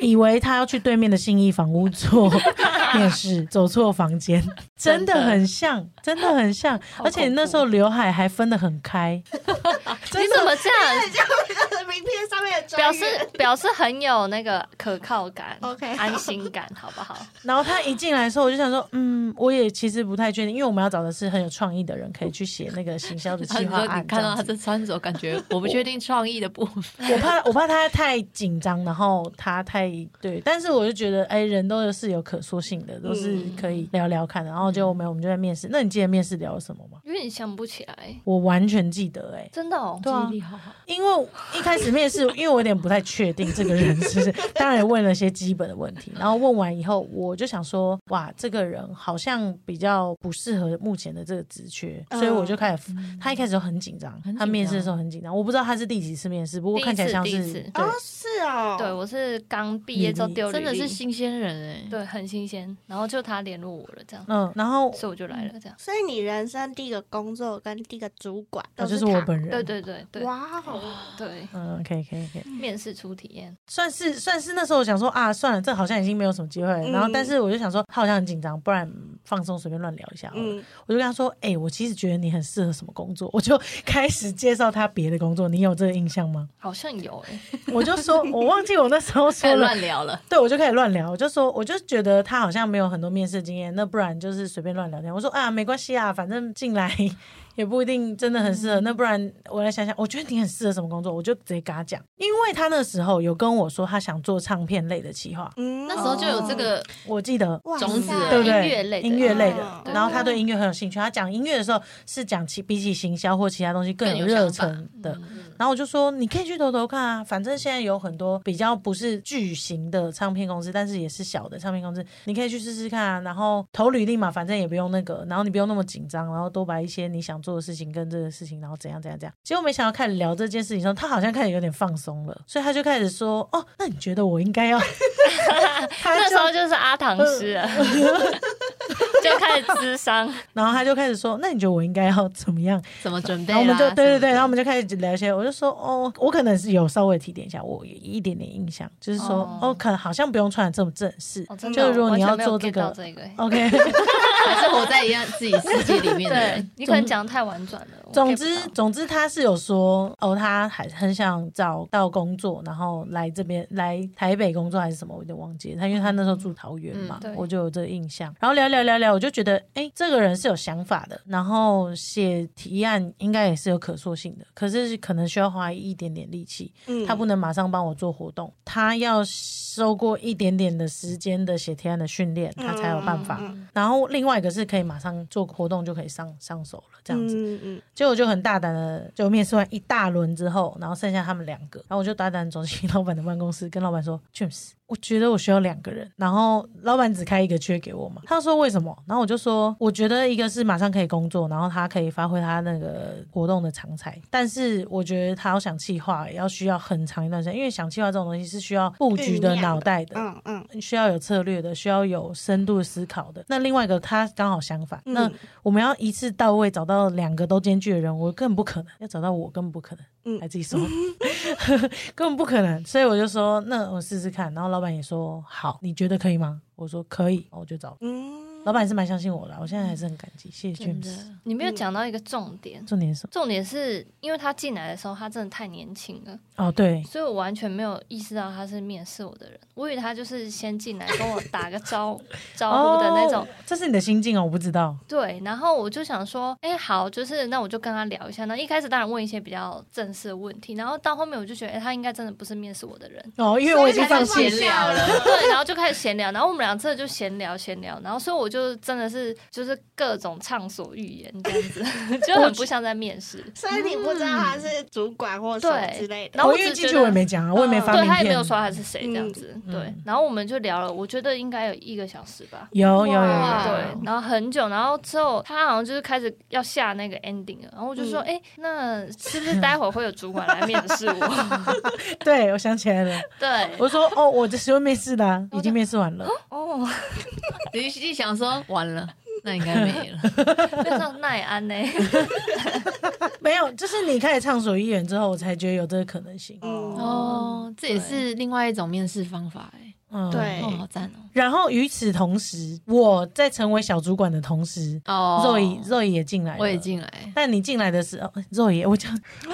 Speaker 1: 以为他要去对面的信义房屋
Speaker 2: <laughs>
Speaker 1: 做面试，走错房间，真
Speaker 2: 真的
Speaker 1: 的很像，真的很像，而且你那时候刘海还分得很开，
Speaker 2: 你怎么这样？
Speaker 3: 名片上面的专
Speaker 2: 表
Speaker 3: 员
Speaker 2: 示表示很有那个可靠感
Speaker 3: OK
Speaker 2: 安心感，好不好？
Speaker 1: <laughs> 然后他一进来的时候，我就想说，嗯，我也其实不太确定，因为我们要找的是很有创意的人，可以去写那个行销的
Speaker 4: 然后
Speaker 1: 计
Speaker 4: <laughs> 你
Speaker 1: 划
Speaker 4: 说
Speaker 1: 案
Speaker 4: 你
Speaker 1: 这
Speaker 4: 看到
Speaker 1: 样
Speaker 4: 他
Speaker 1: 子。
Speaker 4: 这穿着，感觉我不确定创意的部分。
Speaker 1: 我怕我怕他太紧张，然后他太对，但是我就觉得，哎，人都是有可塑性的，都是可以聊聊看的。然后就没有，我们就在面试。那你记得面试聊了什么吗？
Speaker 2: 有点想不起来，
Speaker 1: 我完全记得，哎，
Speaker 2: 真的哦。
Speaker 1: 对
Speaker 4: <laughs>
Speaker 1: 啊，
Speaker 4: 好好，
Speaker 1: 因为一开始面试， <laughs> 因为我有点不太确定这个人是不是， <laughs> 当然也问了些基本的问题，然后问完以后，我就想说，哇，这个人好像比较不适合目前的这个职缺，
Speaker 3: 嗯
Speaker 1: 所以我就开始，他一开始就很紧张
Speaker 4: 很，紧
Speaker 1: 他
Speaker 4: 张
Speaker 1: 面试的时候很紧张，我不知道他是第几次面试，不过
Speaker 2: 第一次
Speaker 1: 看起来像
Speaker 2: 第一
Speaker 1: 是
Speaker 2: 次啊
Speaker 1: 对
Speaker 3: 哦， <laughs> 是哦，
Speaker 1: 啊
Speaker 2: 对，我是刚毕业之后丢履
Speaker 4: 真
Speaker 2: 历
Speaker 4: 的是新鲜人哎、
Speaker 2: 对，很新鲜。然后就他联络我了，这样，
Speaker 1: 嗯，然后
Speaker 2: 所以我就来了，这样。
Speaker 3: 所以你人生第一个工作跟第一个主管
Speaker 1: 哦
Speaker 3: 都
Speaker 1: 就是是我
Speaker 3: 他
Speaker 1: 本人，
Speaker 2: 对，对对对
Speaker 3: 哇哦，
Speaker 2: 对，
Speaker 1: 嗯，可以可以可以，
Speaker 2: 面试初体验，
Speaker 1: 算是算是那时候我想说啊，算了，这好像已经没有什么机会了，
Speaker 3: 嗯
Speaker 1: 然后但是我就想说，他好像很紧张，不然嗯放松随便乱聊一下好了。
Speaker 3: 嗯，
Speaker 1: 我就跟他说：“哎、我其实觉得你很适合什么工作。”我 <laughs> 就开始介绍他别的工作，你有这个印象
Speaker 4: <laughs>
Speaker 1: 吗？
Speaker 2: 好像有哎、
Speaker 1: 我就说，我忘记我那时候说
Speaker 4: 开始
Speaker 1: 了，
Speaker 4: 乱聊了。
Speaker 1: 对我就开始乱聊，我就说，我就觉得他好像没有很多面试经验，那不然就是随便乱聊天。我说啊，没关系啊，反正进来 <laughs> 也不一定真的很适合，
Speaker 4: 嗯
Speaker 1: 那不然我来想想，我觉得你很适合什么工作，我就直接跟他讲，因为他那时候有跟我说他想做唱片类的企划，
Speaker 3: 嗯
Speaker 4: 那时候就有这个，
Speaker 1: 我记得
Speaker 3: 哇
Speaker 4: 种子
Speaker 3: 塞
Speaker 1: 对不对？
Speaker 2: 音乐类的
Speaker 1: 音乐类的
Speaker 3: 哦，
Speaker 1: 然后他对音乐很有兴趣。他讲音乐的时候是讲其比起行销或其他东西更
Speaker 4: 更
Speaker 1: 有
Speaker 4: 有
Speaker 1: 热
Speaker 4: 想法
Speaker 1: 忱的。
Speaker 2: 嗯
Speaker 1: 然后我就说，你可以去投投看啊，反正现在有很多比较不是巨型的唱片公司，但是也是小的唱片公司，你可以去试试看啊。然后投履历嘛，反正也不用那个，然后你不用那么紧张，然后多把一些你想做的事情跟这个事情，然后怎样怎样怎样。结果没想到开始聊这件事情的时候，他好像开始有点放松了，所以他就开始说，哦，那你觉得我应该要？他
Speaker 2: 那
Speaker 1: 就
Speaker 2: 时候就是阿唐师了，嗯 <laughs> 就开始智商，
Speaker 1: 然后他就开始说：“那你觉得我应该要怎么
Speaker 2: <laughs>
Speaker 1: 样
Speaker 4: 怎么准？”备
Speaker 1: 然
Speaker 4: 啦？
Speaker 1: 后
Speaker 2: 啊
Speaker 1: 我们就对对对，
Speaker 4: 什
Speaker 1: 然后我
Speaker 4: 么
Speaker 1: 们就开始聊一些。我就说：“哦，我可能是有稍微提点一下，我有一点点印象，就是说，哦
Speaker 2: 哦，
Speaker 1: 可能好像不用穿的这么正式，
Speaker 2: <laughs> 哦，真的
Speaker 1: 就
Speaker 2: 哦，
Speaker 1: 是如果你要
Speaker 2: 完全没
Speaker 1: 做
Speaker 2: 有
Speaker 1: 这
Speaker 2: get 到
Speaker 1: 个
Speaker 2: 这个欸、
Speaker 1: ，OK。
Speaker 4: 的还是活在
Speaker 1: <laughs>
Speaker 4: 一样自己世界里面的人
Speaker 2: 对你可能讲得太婉转了。我 get
Speaker 1: 总
Speaker 2: 不
Speaker 1: 之
Speaker 2: 到
Speaker 1: 总之，他是有说，哦，他还很想找到工作，然后来这边来台北工作还是什么，我有点忘记了他，因为他那时候住桃园嘛
Speaker 2: 对
Speaker 4: 嗯，
Speaker 1: 我就有这个印象。然后聊聊聊聊，我就觉得，哎，这个人是有想法的，然后写提案应该也是有可塑性的，可是可能需要花一点点力气。
Speaker 3: 嗯
Speaker 1: 他不能马上帮我做活动，他要受过一点点的时间的写提案的训练，他才有办法。
Speaker 3: 嗯嗯嗯
Speaker 1: 然后另外一个是可以马上做活动就可以上上手了，这样子。
Speaker 3: 嗯嗯
Speaker 1: 结果我就很大胆的，就面试完一大轮之后，然后剩下他们两个，然后我就大胆地走进老板的办公室，跟老板说：“James，我觉得我需要两个人。”然后老板只开一个缺给我嘛，他说为什么？然后我就说，我觉得一个是马上可以工作，然后他可以发挥他那个活动的长才，但是我觉得他要想计划也要需要很长一段时间，因为想计划这种东西是需要布局的
Speaker 3: 酝酿的
Speaker 1: 脑袋的，
Speaker 3: 嗯嗯
Speaker 1: 需要有策略的，需要有深度思考的。那另外一个他刚好相反，那
Speaker 3: 嗯
Speaker 1: 我们要一次到位找到两个都兼具的人，我根本不可能，要找到我根本不可能。
Speaker 3: 嗯
Speaker 1: 还自己说， <laughs> 根本不可能，所以我就说，那我试试看。然后老板也说，好，你觉得可以吗？我说可以，然哦后我就找。
Speaker 3: 嗯，
Speaker 1: 老板也是蛮相信我的，我现在还是很感激，谢谢
Speaker 4: 真
Speaker 1: James。
Speaker 4: 的，
Speaker 2: 你没有讲到一个重点，
Speaker 1: 重点是什
Speaker 2: 重点是因为他进来的时候他真的太年轻了，
Speaker 1: 么？哦，对，
Speaker 2: 所以我完全没有意识到他是面试我的人，我以为他就是先进来跟我打个
Speaker 1: <laughs>
Speaker 2: 招招呼的那种
Speaker 1: 哦。，这是你的心境哦，我不知道。
Speaker 2: 对，然后我就想说，哎，好，就是那我就跟他聊一下。那一开始当然问一些比较正式的问题，然后到后面我就觉得，哎，他应该真的不是面试我的人。 <laughs>
Speaker 1: 哦，因为我已经
Speaker 3: 所以
Speaker 1: 放
Speaker 3: 才
Speaker 1: 弃
Speaker 3: 会
Speaker 1: 了。
Speaker 3: 笑了，
Speaker 2: 对，然后就开始闲聊，然后我们俩真的就闲聊闲聊，然后所以我就真的是就是各种畅所欲言这样
Speaker 1: <laughs>
Speaker 2: 子，就很不像在面试。
Speaker 3: 所以你不知道他
Speaker 1: 嗯
Speaker 3: 是主管或什么之类的，
Speaker 2: 然后
Speaker 1: 我
Speaker 2: 我
Speaker 1: 因为
Speaker 2: 只
Speaker 1: 进
Speaker 2: 觉
Speaker 1: 去我也
Speaker 2: 得哦
Speaker 1: 没讲啊，我也没发名
Speaker 2: 对
Speaker 1: 片。
Speaker 2: 他也没有说他是谁这样子，
Speaker 1: 嗯
Speaker 2: 对
Speaker 1: 嗯。
Speaker 2: 然后我们就聊了，我觉得应该有一个小时吧。
Speaker 1: 有有有
Speaker 3: 哇
Speaker 1: 有
Speaker 2: 对，，然后很久，然后之后他好像就是开始要下那个 ending 了，然后我就说，哎、那是不是待会儿会有主管来面试我？
Speaker 1: 对
Speaker 2: <laughs>
Speaker 1: 对，我想起来了，
Speaker 2: 对，
Speaker 1: 哦我说哦，我这时候面试的啊，已经面试完了。
Speaker 2: 哦，
Speaker 4: 仔细想说，完了，那应该
Speaker 1: <laughs>
Speaker 4: 没了。
Speaker 2: 那像奈安 <laughs> 呢？
Speaker 1: 没有，就是你开始畅所欲言之后，我才觉得有这个可能
Speaker 3: 嗯
Speaker 1: 性。
Speaker 4: 哦，这也是另外一种面试方法哎、
Speaker 1: 嗯，
Speaker 3: 对
Speaker 4: 哦，好赞哦。
Speaker 1: 然后与此同时，我在成为小主管的同时，
Speaker 4: 哦
Speaker 1: 肉姨肉姨也进来，
Speaker 4: 我也。进
Speaker 1: <laughs>
Speaker 4: 来，
Speaker 1: 但你进来的时候，肉姨，我叫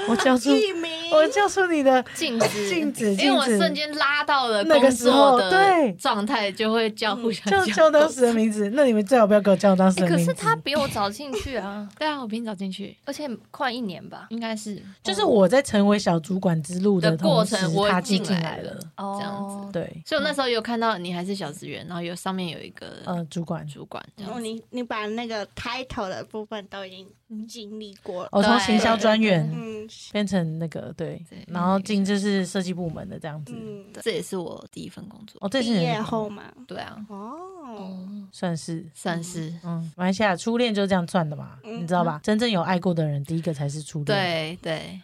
Speaker 1: 我叫
Speaker 4: <laughs>
Speaker 1: 出
Speaker 3: 一名，哦
Speaker 1: 我叫出你的
Speaker 2: 镜子，
Speaker 1: 镜子，
Speaker 4: 因为我
Speaker 1: 镜子
Speaker 4: 瞬间拉到了
Speaker 1: 那
Speaker 4: 工
Speaker 1: 个时
Speaker 4: 作
Speaker 1: 候
Speaker 4: 的
Speaker 1: 对
Speaker 4: 状态，就会叫互相
Speaker 1: 叫叫当时的名字，那你们最好不要给我叫当时
Speaker 2: 欸
Speaker 1: 的
Speaker 4: 哎
Speaker 2: 可
Speaker 1: 名字。
Speaker 2: 是他比我早进去啊，
Speaker 4: <laughs>
Speaker 2: <laughs>
Speaker 4: 对啊，我比你早进去，
Speaker 2: 而且快一年吧。
Speaker 4: 应该是哦
Speaker 1: 就是我在成为小主管之路
Speaker 4: 的
Speaker 1: 同
Speaker 4: 过
Speaker 1: 时
Speaker 4: 程，我
Speaker 1: 他
Speaker 4: 进
Speaker 1: 进来
Speaker 4: 了，这样子。
Speaker 2: 哦，
Speaker 1: 对，
Speaker 4: 所以我那时候有看到你还是小职员，然后有上面有一个
Speaker 1: 呃，主管，
Speaker 4: 主管，这样
Speaker 1: 嗯
Speaker 3: 哦，你你把那个 title 的部分都已经经历过了，
Speaker 1: 我哦从
Speaker 4: 对
Speaker 1: 行销专员
Speaker 3: 嗯
Speaker 1: 变成那个对
Speaker 4: 对，
Speaker 1: 然后进就是设计部门的这样子。
Speaker 3: 嗯，
Speaker 4: 这也是我第一份工作。
Speaker 1: 哦，这
Speaker 3: 毕
Speaker 1: 是你嗯
Speaker 3: 业后嘛，
Speaker 4: 对啊，
Speaker 3: 哦，
Speaker 1: 算是。
Speaker 4: 算是
Speaker 1: 嗯，马来西亚初恋就这样赚的嘛，
Speaker 3: 嗯
Speaker 1: 你知道吧？真正有爱过的人，第一个才是初恋。
Speaker 4: 对对，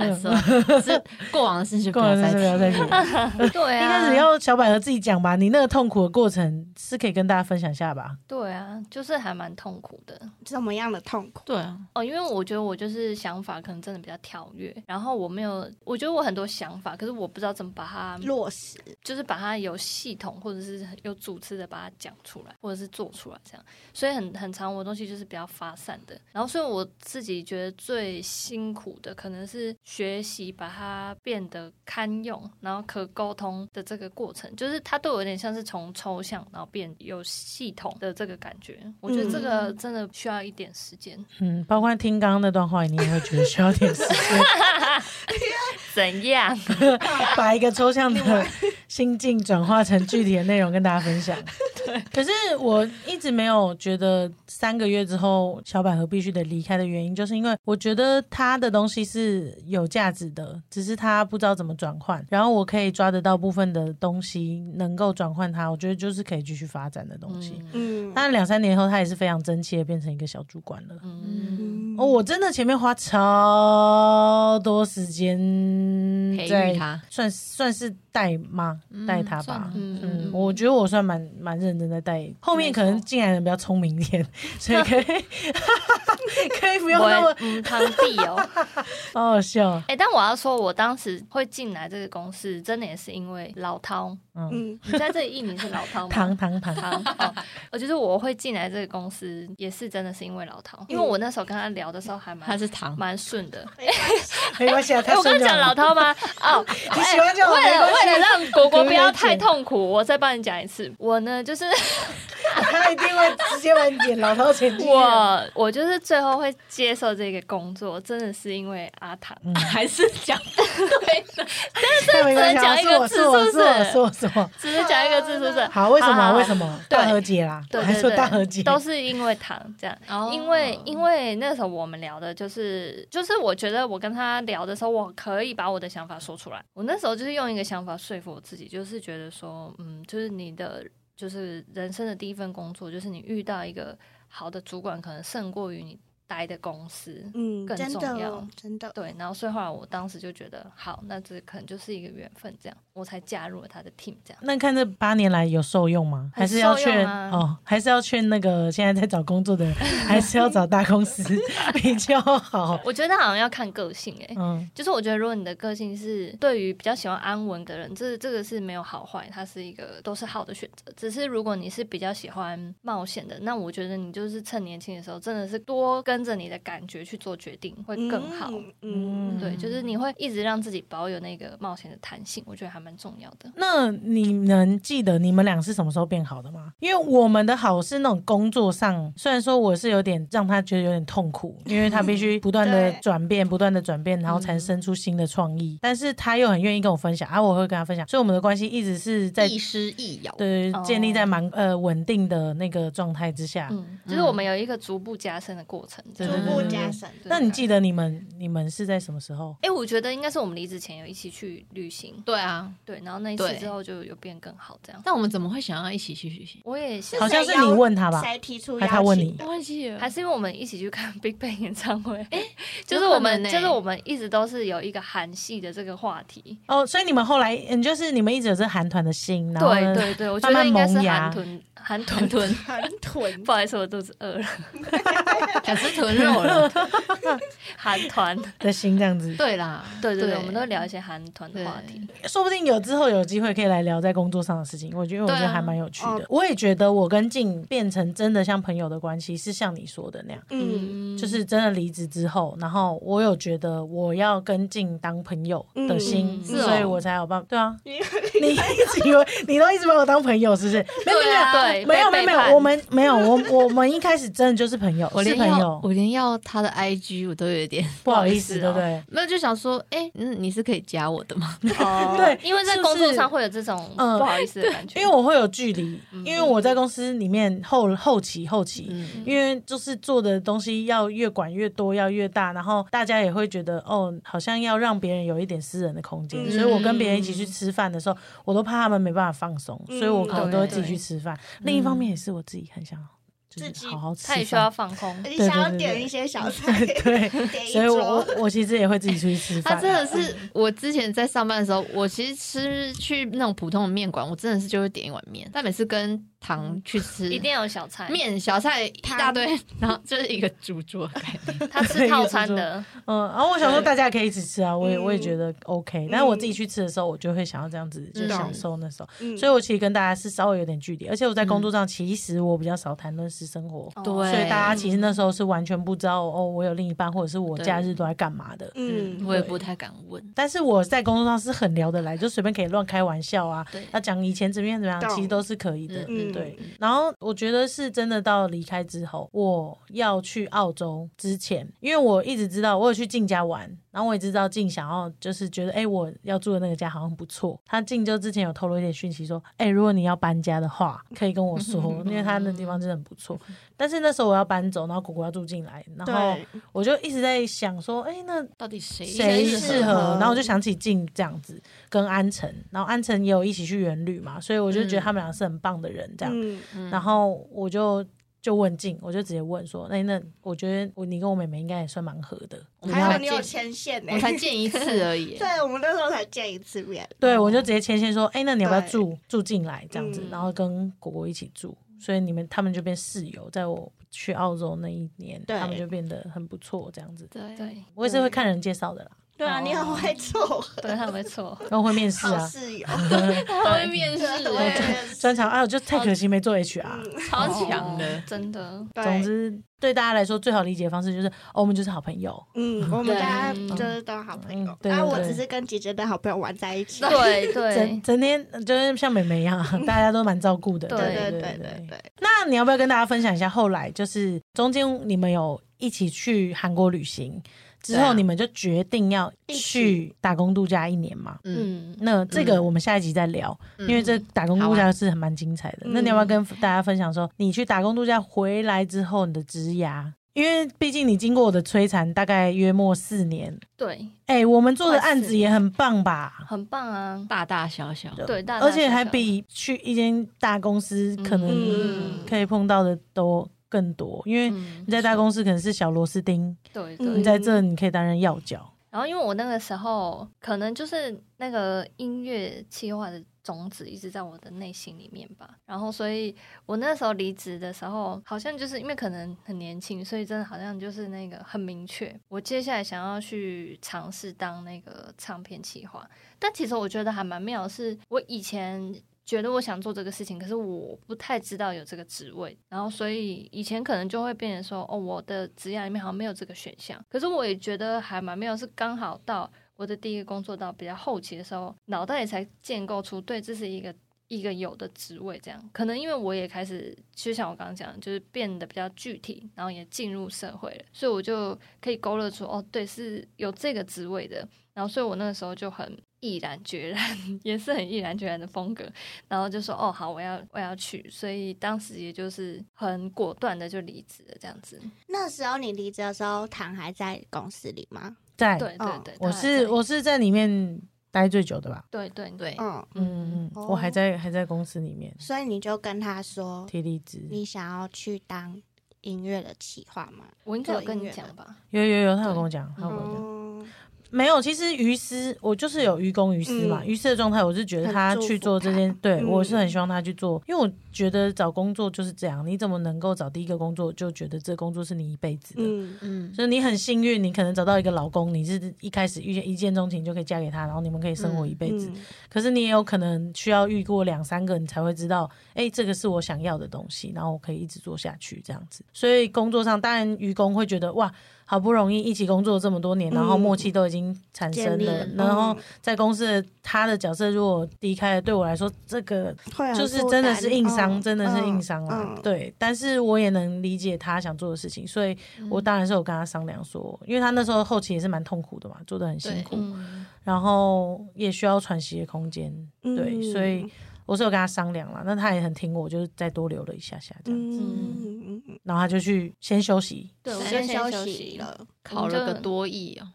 Speaker 4: 没错，是过往的事就不
Speaker 1: 过完
Speaker 4: 要
Speaker 1: 了
Speaker 4: 再
Speaker 1: 是不要
Speaker 4: 提。
Speaker 1: 再提。一
Speaker 2: <laughs> 对啊，
Speaker 1: 开始要小百合自己讲吧，你那个痛苦的过程是可以跟大家分享一下吧？
Speaker 2: 对啊，就是还蛮痛苦的
Speaker 3: 怎么样的痛苦？
Speaker 4: 对啊，
Speaker 2: 哦，因为我觉得我就是想法可能真的比较跳跃，然后我没有，我觉得我很多想法，可是我不知道怎么把它，
Speaker 3: 落实，
Speaker 2: 就是把它有系统或者是有组织的把它讲出来，或者是做出来这样，所以很很长我的东西就是比较发散的。然后所以我自己觉得最辛苦的可能是学习把它变得堪用，然后可沟通的这个过程，就是它对我有点像是从抽象然后变有系统的这个感觉。我觉得这个真的需要一点时间。
Speaker 1: 嗯，包括听刚刚那段话，你也会觉得需要点时间，
Speaker 2: 怎样？
Speaker 1: 把一个抽象的 <laughs> 心境转化成具体的内容跟大家分享。可是我一直没有觉得三个月之后小百合必须得离开的原因，就是因为我觉得他的东西是有价值的，只是他不知道怎么转换。然后我可以抓得到部分的东西，能够转换它，我觉得就是可以继续发展的东西。
Speaker 3: 嗯
Speaker 1: 但两三年后，他也是非常争气的变成一个小主管了。
Speaker 2: 嗯，
Speaker 1: 哦，我真的前面花超多时间
Speaker 4: 培育
Speaker 1: 在
Speaker 4: 他
Speaker 1: 算算是带吗？带他
Speaker 4: 算
Speaker 1: 吧
Speaker 4: 啊。
Speaker 1: 嗯
Speaker 2: 嗯
Speaker 1: 我觉得我算蛮蛮认真在带，后面可能进来的人比较聪明一点， <laughs> 所以可以可以不用那么
Speaker 2: 我嗯堂弟哦。
Speaker 1: 好好笑。
Speaker 2: 哎、但我要说，我当时会进来这个公司，真的也是因为老
Speaker 1: <laughs>
Speaker 2: 汤。
Speaker 1: 嗯，
Speaker 3: 嗯，
Speaker 2: 你在这里艺名是老汤吗？
Speaker 1: 糖糖糖，
Speaker 2: 汤哦，我觉得我会进来这个公司，也是真的是因为老
Speaker 1: 嗯
Speaker 2: 汤，因为我那时候跟他聊的时候还
Speaker 4: 他
Speaker 2: 蛮
Speaker 4: 是糖，
Speaker 2: 蛮顺的。
Speaker 1: 没关系啊，
Speaker 2: 哎、
Speaker 1: 哎他
Speaker 2: 我刚
Speaker 1: 顺
Speaker 2: 刚
Speaker 1: 就好
Speaker 2: 讲
Speaker 1: <laughs>
Speaker 2: 老
Speaker 1: 了。
Speaker 2: 涛吗？哦，
Speaker 1: <laughs> 你喜欢就好
Speaker 2: 为
Speaker 1: 没
Speaker 2: 了
Speaker 1: 关系
Speaker 2: 为了让果果不要太痛苦，我再帮你讲一次。我
Speaker 1: <laughs>
Speaker 2: 呢，就是
Speaker 1: 他一定会直接把你点老头前进。啊
Speaker 2: 我，我就是最后会接受这个工作，真的是因为阿唐。
Speaker 1: 嗯
Speaker 4: <laughs> 还是讲
Speaker 1: 但没关系啊，
Speaker 2: 只能讲一个字
Speaker 1: 是我是我
Speaker 2: 是
Speaker 1: 是
Speaker 2: 不
Speaker 1: 我是我是我。
Speaker 2: 只是讲一个字，是不是？
Speaker 1: 好，为什么？
Speaker 2: 好
Speaker 1: 为什？么？
Speaker 2: 对
Speaker 1: 大和解啦，
Speaker 2: 对
Speaker 1: 还
Speaker 2: 对
Speaker 1: 说
Speaker 2: 对，
Speaker 1: 大和解，
Speaker 2: 都是因为糖这样。
Speaker 4: 哦
Speaker 2: 因为因为那时候我们聊的就是就是我觉得我跟他聊的时候，我可以把我的想法说出来。我那时候就是用一个想法说服我自己，就是觉得说，嗯，就是你的就是人生的第一份工作，就是你遇到一个好的主管，可能胜过于你待的公司。
Speaker 3: 嗯，
Speaker 2: 更
Speaker 3: 真
Speaker 2: 重要
Speaker 3: 的，真的，哦
Speaker 2: 对，然后所以后来我当时就觉得，好，那这可能就是一个缘分，这样我才加入了他的 team 这样。
Speaker 1: 那看这八年来有受用吗？还
Speaker 2: 很
Speaker 1: 是要
Speaker 2: 受用
Speaker 1: 劝、
Speaker 2: 啊
Speaker 1: 哦？还是要劝那个现在在找工作的
Speaker 2: <laughs>
Speaker 1: 人，还是要找大公司比较好？
Speaker 2: 我觉得好像要看个性欸诶、
Speaker 1: 嗯，
Speaker 2: 就是我觉得，如果你的个性是对于比较喜欢安稳的人，这这个是没有好坏，它是一个都是好的选择。只是如果你是比较喜欢冒险的，那我觉得你就是趁年轻的时候，真的是多跟着你的感觉去做决定会更好。
Speaker 3: 嗯嗯，
Speaker 2: 对，就是你会一直让自己保有那个冒险的弹性，我觉得还蛮重要的。
Speaker 1: 那你能记得你们俩是什么时候变好的吗？因为我们的好是那种工作上，虽然说我是有点让他觉得有点痛苦，因为他必须不断
Speaker 2: <laughs>
Speaker 1: 的
Speaker 3: 对
Speaker 1: 转变，不断的转变，然后
Speaker 2: 嗯
Speaker 1: 才生出新的创意。但是他又很愿意跟我分享，啊，我会跟他分享，所以我们的关系一直是在
Speaker 4: 亦师亦友，
Speaker 1: 对
Speaker 2: 哦
Speaker 1: 建立在蛮呃稳定的那个状态之下。
Speaker 2: 嗯嗯，就是我们有一个逐步加深的过程，
Speaker 4: 嗯对
Speaker 3: 逐
Speaker 4: 对
Speaker 3: 步
Speaker 4: 对
Speaker 3: 加
Speaker 1: 对
Speaker 3: 深。
Speaker 2: 对
Speaker 1: 那你记得你们你们是在什么时候？
Speaker 2: 哎、我觉得应该是我们离职前有一起去旅行，
Speaker 4: 对啊，
Speaker 2: 对，然后那一次
Speaker 4: 对
Speaker 2: 之后就有变更好这样。
Speaker 4: 但我们怎么会想要一起去旅行？
Speaker 2: 我也是
Speaker 3: 是
Speaker 1: 好像
Speaker 3: 谁
Speaker 1: 是你
Speaker 3: 邀
Speaker 1: 问他吧
Speaker 3: 谁提出邀
Speaker 1: 还
Speaker 3: 请？
Speaker 1: 他问你
Speaker 4: 忘记了
Speaker 2: 还是因为我们一起去看 <laughs> BigBang 演唱会， <laughs> 就是
Speaker 4: 有
Speaker 2: 我
Speaker 4: 可
Speaker 2: 们、
Speaker 4: 能欸
Speaker 2: 就是我们一直都是有一个韩系的这个话题。
Speaker 1: 哦，所以你们后来，嗯，就是你们一直有这韩团的心，然后
Speaker 2: 对
Speaker 1: 呢
Speaker 2: 对对，我觉
Speaker 1: 慢慢
Speaker 2: 得应该是
Speaker 1: 萌
Speaker 2: 韩
Speaker 1: 芽。
Speaker 2: 豚韩豚
Speaker 3: <laughs>
Speaker 2: 豚。
Speaker 3: 很
Speaker 1: <laughs>
Speaker 3: 囤
Speaker 2: 不好意思，我肚子饿了。
Speaker 4: 想吃豚肉了。
Speaker 2: 韩团，
Speaker 1: 的心这样子，
Speaker 4: 对啦，
Speaker 2: 对对对，
Speaker 4: 对
Speaker 2: 我们都聊一些韩团的话题。
Speaker 1: 说不定有之后有机会可以来聊在工作上的事情。我觉得我觉
Speaker 4: 对
Speaker 1: 得
Speaker 4: 啊
Speaker 1: 还蛮有趣
Speaker 3: 哦
Speaker 1: 的。我也觉得我跟静变成真的像朋友的关系，是像你说的那样，
Speaker 3: 嗯
Speaker 1: 就是真的离职之后，然后我有觉得我要跟静当朋友的心，
Speaker 2: 嗯
Speaker 4: 是哦
Speaker 1: 所以我才有办法。对啊， <laughs> 你一直以为你都一直把我当朋友，是不是？没有
Speaker 2: 对啊对
Speaker 1: 没有
Speaker 2: 被
Speaker 1: 没有没有
Speaker 2: 背
Speaker 1: 没
Speaker 2: 叛
Speaker 1: 有，我们没有我我们一开始真的就是朋友，
Speaker 4: 我
Speaker 1: 是
Speaker 4: 连
Speaker 1: 朋
Speaker 4: 要
Speaker 1: 友，
Speaker 4: 我连要他的 IG 我都有点 <laughs>
Speaker 1: 不好意
Speaker 2: 不好意
Speaker 1: 思，
Speaker 2: 思
Speaker 1: 对
Speaker 2: 哦
Speaker 1: 不对？
Speaker 4: 没有，就想说，哎、嗯，你是可以加我的吗？
Speaker 2: 哦
Speaker 1: 对
Speaker 2: 因为在
Speaker 1: 是不
Speaker 2: 工作
Speaker 1: 是
Speaker 2: 上会有嗯这种
Speaker 1: 嗯
Speaker 2: 不好意思的感觉。
Speaker 1: 因为我会有距离，因为我在公司里面后后期后期，
Speaker 4: 嗯
Speaker 1: 因为就是做的东西要越管越多，要越大，然后大家也会觉得哦，好像要让别人有一点私人的空间，
Speaker 3: 嗯
Speaker 1: 所以我跟别人一起去吃饭的时候，我都怕他们没办法放松，
Speaker 3: 嗯
Speaker 1: 所以我可能都会自己
Speaker 2: 对
Speaker 1: 去吃饭。另一方面也是我自己很想要，就
Speaker 3: 自
Speaker 1: 是
Speaker 3: 己
Speaker 1: 好好吃
Speaker 2: 他也
Speaker 1: 饭，
Speaker 2: 需要放
Speaker 1: <laughs>
Speaker 2: 空，
Speaker 3: 你
Speaker 1: 对
Speaker 3: 想要
Speaker 1: 对对
Speaker 3: 点
Speaker 1: 对
Speaker 3: 一些小菜，
Speaker 1: <laughs>
Speaker 3: <laughs>
Speaker 1: 对，
Speaker 3: 点一
Speaker 1: 所以我我
Speaker 3: 桌。
Speaker 1: 我其实也会自己出去
Speaker 3: 啊
Speaker 1: 吃
Speaker 4: 他
Speaker 1: 饭。啊
Speaker 4: 真的
Speaker 2: 嗯
Speaker 4: 是，我之前在上班的时候，我其实吃去那种普通的面馆，我真的是就会点一碗面，但每次跟糖去吃，
Speaker 2: 嗯一定要有小菜。
Speaker 4: 面小菜一大堆，然后就是一个主桌
Speaker 2: 嗯
Speaker 4: 的概念。
Speaker 2: 他吃套餐的，
Speaker 1: 嗯，然后我想说大家可以一起吃啊，我也
Speaker 3: 嗯
Speaker 1: 我也觉得 OK，但是我自己去吃的时候，我就会想要这样子就
Speaker 4: 嗯
Speaker 1: 享受那时候，
Speaker 3: 嗯
Speaker 1: 所以我其实跟大家是稍微有点距离，而且我在工作上其实我比较少谈论私生活，
Speaker 2: 哦
Speaker 4: 对嗯
Speaker 1: 所以大家其实那时候是完全不知道哦，我有另一半或者是我
Speaker 4: 对
Speaker 1: 假日都在干嘛的。
Speaker 3: 嗯，
Speaker 4: 我也不太敢问。
Speaker 1: 但是我在工作上是很聊得来，就随便可以乱开玩笑啊
Speaker 4: 对，
Speaker 1: 要讲以前怎么样怎么样，
Speaker 3: 懂
Speaker 1: 其实都是可以的。
Speaker 4: 嗯
Speaker 3: 嗯
Speaker 1: 对，然后我觉得是真的到离开之后，我要去澳洲之前，因为我一直知道我有去静家玩，然后我也知道静想要就是觉得，哎、我要住的那个家好像不错。他静就之前有透露一点讯息说，哎、如果你要搬家的话，可以跟我说，
Speaker 3: <laughs>
Speaker 1: 因为他那地方真的很不错。但是那时候我要搬走，然后果果要住进来，然后
Speaker 3: 对，
Speaker 1: 我就一直在想说，哎、那
Speaker 4: 到底谁
Speaker 1: 谁适
Speaker 3: 适
Speaker 1: 合
Speaker 3: 合？
Speaker 1: 然后我就想起静这样子，跟安城，然后安城也有一起去元旅嘛，所以我就觉得他们俩是很棒的人这样。
Speaker 3: 嗯
Speaker 1: 然后我就就问静，我就直接问说，哎那那我觉得我你跟我妹妹应该也算蛮合的，我们
Speaker 3: 还
Speaker 1: 要
Speaker 3: 好你有牵线呢。
Speaker 4: 我，才见一
Speaker 2: <laughs>
Speaker 4: 次而已
Speaker 3: 对我们那时候才见一次面，
Speaker 1: 对我就直接牵线说，哎、那你要不要
Speaker 3: 对
Speaker 1: 住住进来这样子，
Speaker 3: 嗯
Speaker 1: 然后跟果果一起住，所以你们他们就变室友，在我去澳洲那一年，
Speaker 3: 对
Speaker 1: 他们就变得很不错这样子。
Speaker 4: 对
Speaker 2: 对哦
Speaker 1: 我也是会看人介绍的啦，
Speaker 3: 对啊，你很会做，
Speaker 2: 对，他没错。
Speaker 1: 然后会面试
Speaker 3: 好
Speaker 1: 哦啊，
Speaker 3: 室友，
Speaker 4: 他会面试
Speaker 3: 对
Speaker 4: 欸
Speaker 1: 专长啊，我就太
Speaker 3: 哦
Speaker 1: 可惜没做 HR。
Speaker 4: 超强的
Speaker 2: 哦，真的。
Speaker 1: 总
Speaker 3: 嗯对，
Speaker 1: 之，对大家来说最好理解的方式就是，哦，我们就是好朋友。
Speaker 3: 嗯，我们大家
Speaker 2: 对
Speaker 3: 就是都好朋友
Speaker 1: 嗯，对
Speaker 3: 然后我
Speaker 1: 对
Speaker 3: 只是跟姐姐的好朋友玩在一起，
Speaker 2: 对
Speaker 1: 整
Speaker 2: 对，
Speaker 1: 整天呃就是像妹妹一样， <laughs> 大家都蛮照顾的。
Speaker 2: 对
Speaker 3: 对对对对对。
Speaker 1: 那你要不要跟大家分享一下，后来就是中间你们有一起去韩国旅行之
Speaker 4: 对
Speaker 1: 后，
Speaker 4: 啊
Speaker 1: 你们就决定要
Speaker 3: 一
Speaker 1: 去打工度假一年嘛？
Speaker 4: 嗯，
Speaker 2: 嗯，
Speaker 1: 那这个我们下一集再聊，因为这打工度假是很蛮精彩的。
Speaker 3: 嗯
Speaker 1: 那你要不要跟大家分享说，你去打工度假回来之后你的职涯？因为毕竟你经过我的摧残，大概约莫四年。
Speaker 2: 对，
Speaker 1: 哎、我们做的
Speaker 2: 快四
Speaker 1: 案子也很棒吧？
Speaker 2: 很棒啊。
Speaker 4: 大大小小，
Speaker 2: 对，大大
Speaker 1: 而且还
Speaker 2: 小小
Speaker 1: 比去一间大公司可能
Speaker 2: 嗯
Speaker 1: 可以碰到的都更多，因为
Speaker 2: 嗯
Speaker 1: 你，在大公司可能是小螺丝钉，
Speaker 2: 对
Speaker 1: 你
Speaker 2: 对
Speaker 3: 嗯。
Speaker 1: 在这你可以担任要角。
Speaker 2: 然后因为我那个时候可能就是那个音乐企划的种子一直在我的内心里面吧，然后所以我那时候离职的时候，好像就是因为可能很年轻，所以真的好像就是那个很明确，我接下来想要去尝试当那个唱片企划。但其实我觉得还蛮妙的是，我以前。觉得我想做这个事情，可是我不太知道有这个职位，然后所以以前可能就会变成说，哦，我的职业里面好像没有这个选项。可是我也觉得还蛮妙，是刚好到我的第一个工作到比较后期的时候，脑袋也才建构出对这是一个一个有的职位这样。可能因为我也开始，就像我刚刚讲的，就是变得比较具体，然后也进入社会了，所以我就可以勾勒出哦，对，是有这个职位的。然后，所以我那个时候就很毅然决然， <laughs> 也是很毅然决然的风格。然后就说哦，好，我要我要去。所以当时也就是很果断的就离职了，这样子。
Speaker 3: 那时候你离职的时候，唐还在公司里吗？
Speaker 1: 在，
Speaker 2: 对对对，
Speaker 1: 嗯我
Speaker 2: 他还在
Speaker 1: 是我是在里面待最久的吧？
Speaker 2: 对对对，
Speaker 4: 对，
Speaker 3: 嗯，
Speaker 1: 嗯嗯，嗯我还
Speaker 3: 哦
Speaker 1: 在还在公司里面
Speaker 3: 所以你就跟他说，
Speaker 1: 提离职。
Speaker 3: 你想要去当音乐的企划吗？
Speaker 2: 我应该有
Speaker 3: 做
Speaker 2: 跟
Speaker 3: 音
Speaker 2: 你
Speaker 3: 乐
Speaker 2: 讲
Speaker 3: 的
Speaker 2: 吧？
Speaker 1: 有有有，他有跟我讲，他有跟我讲，
Speaker 3: 嗯，
Speaker 1: 没有。其实于私，我就是有于公于私嘛。
Speaker 3: 嗯
Speaker 1: 于私的状态，我是觉得他去做这件，对
Speaker 3: 嗯
Speaker 1: 我是很希望他去做，因为我觉得找工作就是这样，你怎么能够找第一个工作就觉得这工作是你一辈子的？
Speaker 3: 嗯，
Speaker 4: 嗯，
Speaker 1: 所以你很幸运，你可能找到一个老公，你是一开始遇见一见钟情就可以嫁给他，然后你们可以生活一辈子。
Speaker 3: 嗯
Speaker 1: 可是你也有可能需要遇过两三个，你才会知道，哎、这个是我想要的东西，然后我可以一直做下去这样子。所以工作上，当然愚公会觉得哇，好不容易一起工作这么多年，
Speaker 3: 嗯
Speaker 1: 然后默契都已经产生
Speaker 3: 建立
Speaker 1: 了，
Speaker 3: 了
Speaker 1: 然后
Speaker 3: 嗯
Speaker 1: 在公司的他的角色如果离开了，对我来说，这个
Speaker 3: 会很
Speaker 1: 就是
Speaker 3: 负
Speaker 1: 真的
Speaker 3: 担
Speaker 1: 是硬伤，
Speaker 3: 嗯
Speaker 1: 真的是硬
Speaker 3: 嗯
Speaker 1: 伤啊啦。
Speaker 3: 嗯
Speaker 1: 对，但是我也能理解他想做的事情，所以我当然是有跟他商量说，因为他那时候后期也是蛮痛苦的嘛，做的很辛
Speaker 4: 对
Speaker 1: 苦，
Speaker 2: 嗯，
Speaker 1: 然后也需要喘息的空间，对，
Speaker 3: 嗯
Speaker 1: 所以我是有跟他商量了，那他也很听我，就是再多留了一下下这样，
Speaker 2: 嗯
Speaker 3: 嗯嗯嗯
Speaker 1: 然后他就去先休息，
Speaker 2: 对，
Speaker 3: 嗯，
Speaker 2: 我就
Speaker 3: 先
Speaker 2: 休
Speaker 3: 休
Speaker 2: 息，
Speaker 1: 嗯
Speaker 3: 了。
Speaker 4: 考了个多亿哦，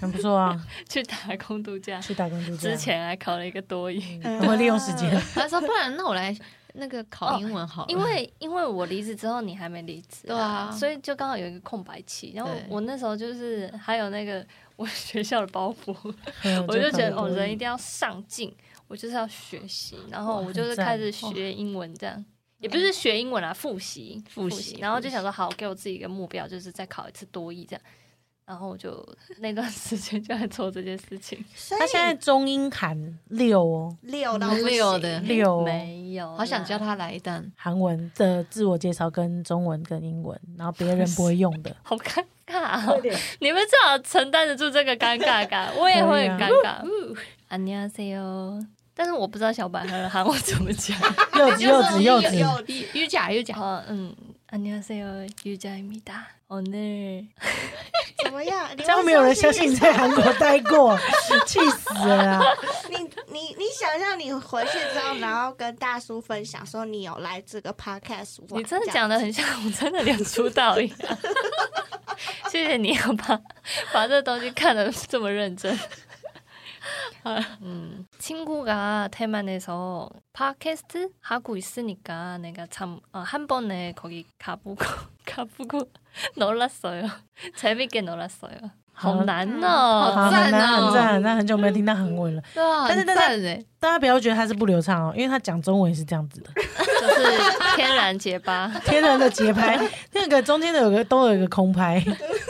Speaker 1: 很不错啊，
Speaker 2: <laughs> 去打工
Speaker 1: <laughs>
Speaker 2: 度假。嗯
Speaker 1: 去打工度假
Speaker 2: 之，前还考了一个多音，
Speaker 3: 哎
Speaker 1: 很会利用时
Speaker 3: <laughs>
Speaker 2: <laughs>
Speaker 1: 间，
Speaker 4: 他说不然那我来那个考英文好了，
Speaker 2: 哦因为因为我离职之后你还没离职、
Speaker 4: 对啊
Speaker 2: 所以就刚好有一个空白期。然后
Speaker 4: 对
Speaker 2: 我那时候就是还有那个我 <laughs> 学校的包袱，
Speaker 1: 嗯
Speaker 2: 我就觉得
Speaker 1: 考
Speaker 2: 哦，
Speaker 1: 虑
Speaker 2: 人一定要上进，我就是要学习，然后
Speaker 1: 哇
Speaker 2: 我
Speaker 1: 很
Speaker 2: 就是
Speaker 1: 赞
Speaker 2: 开始学英文这样。也不是学英文啦，复习
Speaker 4: 复习
Speaker 2: 习，然后就
Speaker 4: 复习
Speaker 2: 想说好，给我自己一个目标，就是再考一次多一这样。然后我就那段 <laughs> 时间就在做这件事情，
Speaker 3: 所以
Speaker 1: 他现在中英韩六哦，
Speaker 3: 六到不
Speaker 4: 六
Speaker 3: 行
Speaker 4: 的
Speaker 1: 六哦
Speaker 2: 哎没有啦，，
Speaker 4: 好想叫他来一段，
Speaker 1: 韩文的自我介绍跟中文跟英文，然后别人不会用的
Speaker 2: <laughs> 好尴尬、哦， <laughs> 你们至少承担得住这个尴尬感，我也会很尴尬。안녕하세요，但是我不知道小白和韩文怎么讲。
Speaker 1: 柚子柚子柚
Speaker 3: 就是
Speaker 1: 子，
Speaker 3: 柚子
Speaker 4: 瑜伽瑜伽，
Speaker 2: 好，嗯， 어, 음, 안녕하세요유자입니다。오늘
Speaker 3: <laughs> 怎么
Speaker 1: <laughs>
Speaker 3: 样？你
Speaker 1: 这样
Speaker 3: 会
Speaker 1: 没有人相信
Speaker 3: 信
Speaker 1: 你在韩国待
Speaker 2: <laughs>
Speaker 1: 过，气死了啊！
Speaker 3: 你你你想象你回去之后，然后跟大叔分享说你有来这个 podcast 玩
Speaker 2: 你真的
Speaker 3: 这
Speaker 2: 讲
Speaker 3: 样
Speaker 2: 的 <laughs> 很像我真的脸出道 <laughs> 一样。谢谢你要把把这东西看得这么认真。음, 친구가 대만에서 팟캐스트 하고 있으니까 내가 참 한 번에 거기 가보고 <laughs> 가보고 놀랐어요. 재밌게 놀았어요.
Speaker 1: 好
Speaker 2: 好难哦。
Speaker 1: 好，很
Speaker 4: 赞
Speaker 1: 难
Speaker 4: 哦
Speaker 1: 很赞，很赞，很久没有听到韩文了。
Speaker 4: <laughs> 对啊，
Speaker 1: 但是
Speaker 4: 很
Speaker 1: 但是
Speaker 4: 赞哎，
Speaker 1: 大家不要觉得他是不流畅哦，因为他讲中文也是这样子的，
Speaker 2: 就是天然结巴。
Speaker 1: 天然的节拍，那个中间的有个都有一个空拍。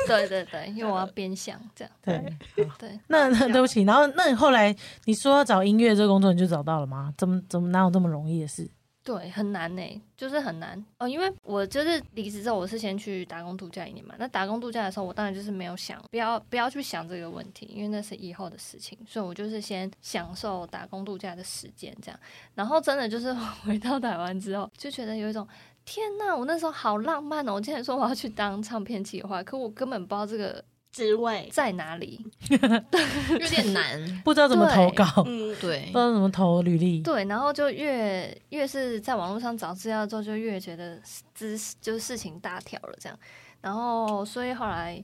Speaker 2: 对对对，因为我要边想这样。
Speaker 1: 对，好
Speaker 2: 对，
Speaker 1: 那那对不起，然后那你后来你说要找音乐这个工作，你就找到了吗？怎么怎么哪有这么容易的事？
Speaker 2: 对，很难呢、就是很难哦。因为我就是离职之后，我是先去打工度假一年嘛。那打工度假的时候，我当然就是没有想，不要不要去想这个问题，因为那是以后的事情。所以我就是先享受打工度假的时间，这样。然后真的就是 <laughs> 回到台湾之后，就觉得有一种天呐，我那时候好浪漫哦！我竟然说我要去当唱片企划，可我根本不知道这个
Speaker 3: 职位，
Speaker 2: 在哪里。
Speaker 4: <laughs> 有点难，
Speaker 1: 不知道怎么投稿，不
Speaker 3: 嗯，
Speaker 4: 对 <laughs>
Speaker 1: 知，道怎么投履历。
Speaker 2: 对，然后就越越是在网络上找资料之后，就越觉得知就是事情大条了这样。然后所以后来，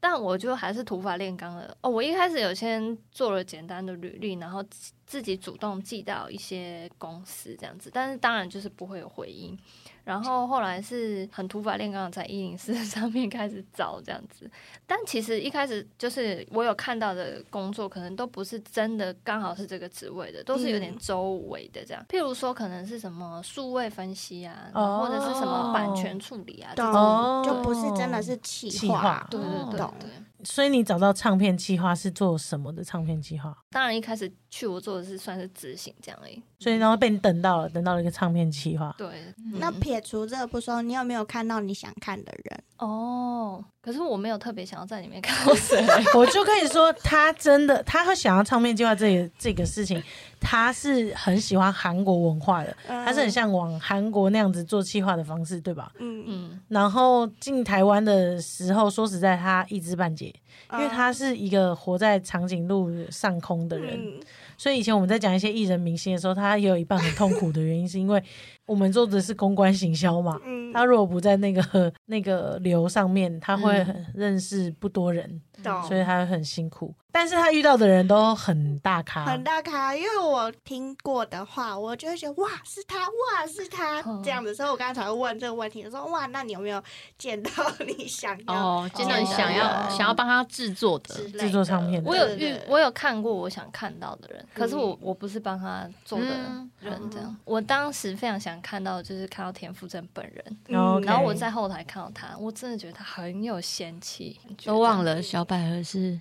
Speaker 2: 但我就还是土法炼钢了。哦，我一开始有先做了简单的履历，然后自自己主动寄到一些公司这样子，但是当然就是不会有回音。然后后来是很土法炼钢的在一零四上面开始找这样子，但其实一开始就是我有看到的工作，可能都不是真的刚好是这个职位的，都是有点
Speaker 3: 嗯
Speaker 2: 周围的这样。譬如说，可能是什么数位分析啊，
Speaker 1: 哦
Speaker 2: 或者是什么版权处理啊，这种
Speaker 1: 哦
Speaker 3: 懂，就不是真的是企
Speaker 1: 企
Speaker 3: 划
Speaker 1: 划，
Speaker 2: 对对对
Speaker 3: 懂
Speaker 2: 对。
Speaker 1: 所以你找到唱片计划是做什么的唱片计划？
Speaker 2: 当然一开始去我做的是算是执行这样而已。
Speaker 1: 所以然后被你等到了，等到了一个唱片计划。
Speaker 2: 对，
Speaker 3: 那
Speaker 2: 嗯
Speaker 3: 撇除这个不说，你有没有看到你想看的人？
Speaker 2: 哦，可是我没有特别想要在里面看到谁。
Speaker 1: 我就跟你说，他真的，他会想要唱片计划这个这个事情，他是很喜欢韩国文化的，
Speaker 3: 嗯
Speaker 1: 他是很向往韩国那样子做企划的方式，对吧？
Speaker 3: 嗯，
Speaker 2: <laughs> 嗯，
Speaker 1: 然后进台湾的时候，说实在，他一知半解，
Speaker 3: 啊
Speaker 1: 因
Speaker 3: 嗯
Speaker 1: 为他是一个活在长颈鹿上空的人，
Speaker 3: 嗯
Speaker 1: 所以以前我们在讲一些艺人明星的时候，他也有一半很痛苦的原因，是因为我们做的是公关行销嘛。
Speaker 3: 嗯，
Speaker 1: 他如果不在那个 <laughs> 那个流上面，他会
Speaker 3: 嗯
Speaker 1: 很认识不多人，
Speaker 3: 懂
Speaker 1: 所以他会很辛苦。但是他遇到的人都很大咖，
Speaker 3: 很大咖，因为我听过的话，我就会觉得哇是他，哇是他
Speaker 2: 哦
Speaker 3: 这样子，所以我刚才才会问这个问题，说哇，那你有没有见到 <laughs> 你想要
Speaker 4: 哦，真的想要
Speaker 3: 哦
Speaker 4: 想要帮他制作的
Speaker 3: 之，类的
Speaker 1: 制作唱片的
Speaker 2: 我有
Speaker 3: 对
Speaker 2: 遇
Speaker 3: 对对，
Speaker 2: 我有看过我想看到的人，可是我我不是帮他做的
Speaker 4: 嗯
Speaker 2: 人，这样。我当时非常想看到，就是看到田馥甄本人，
Speaker 3: 嗯
Speaker 1: 哦 OK
Speaker 2: 然后我在后台看到他，我真的觉得他很有仙气。
Speaker 4: 都忘
Speaker 2: 了，
Speaker 4: 了小百合是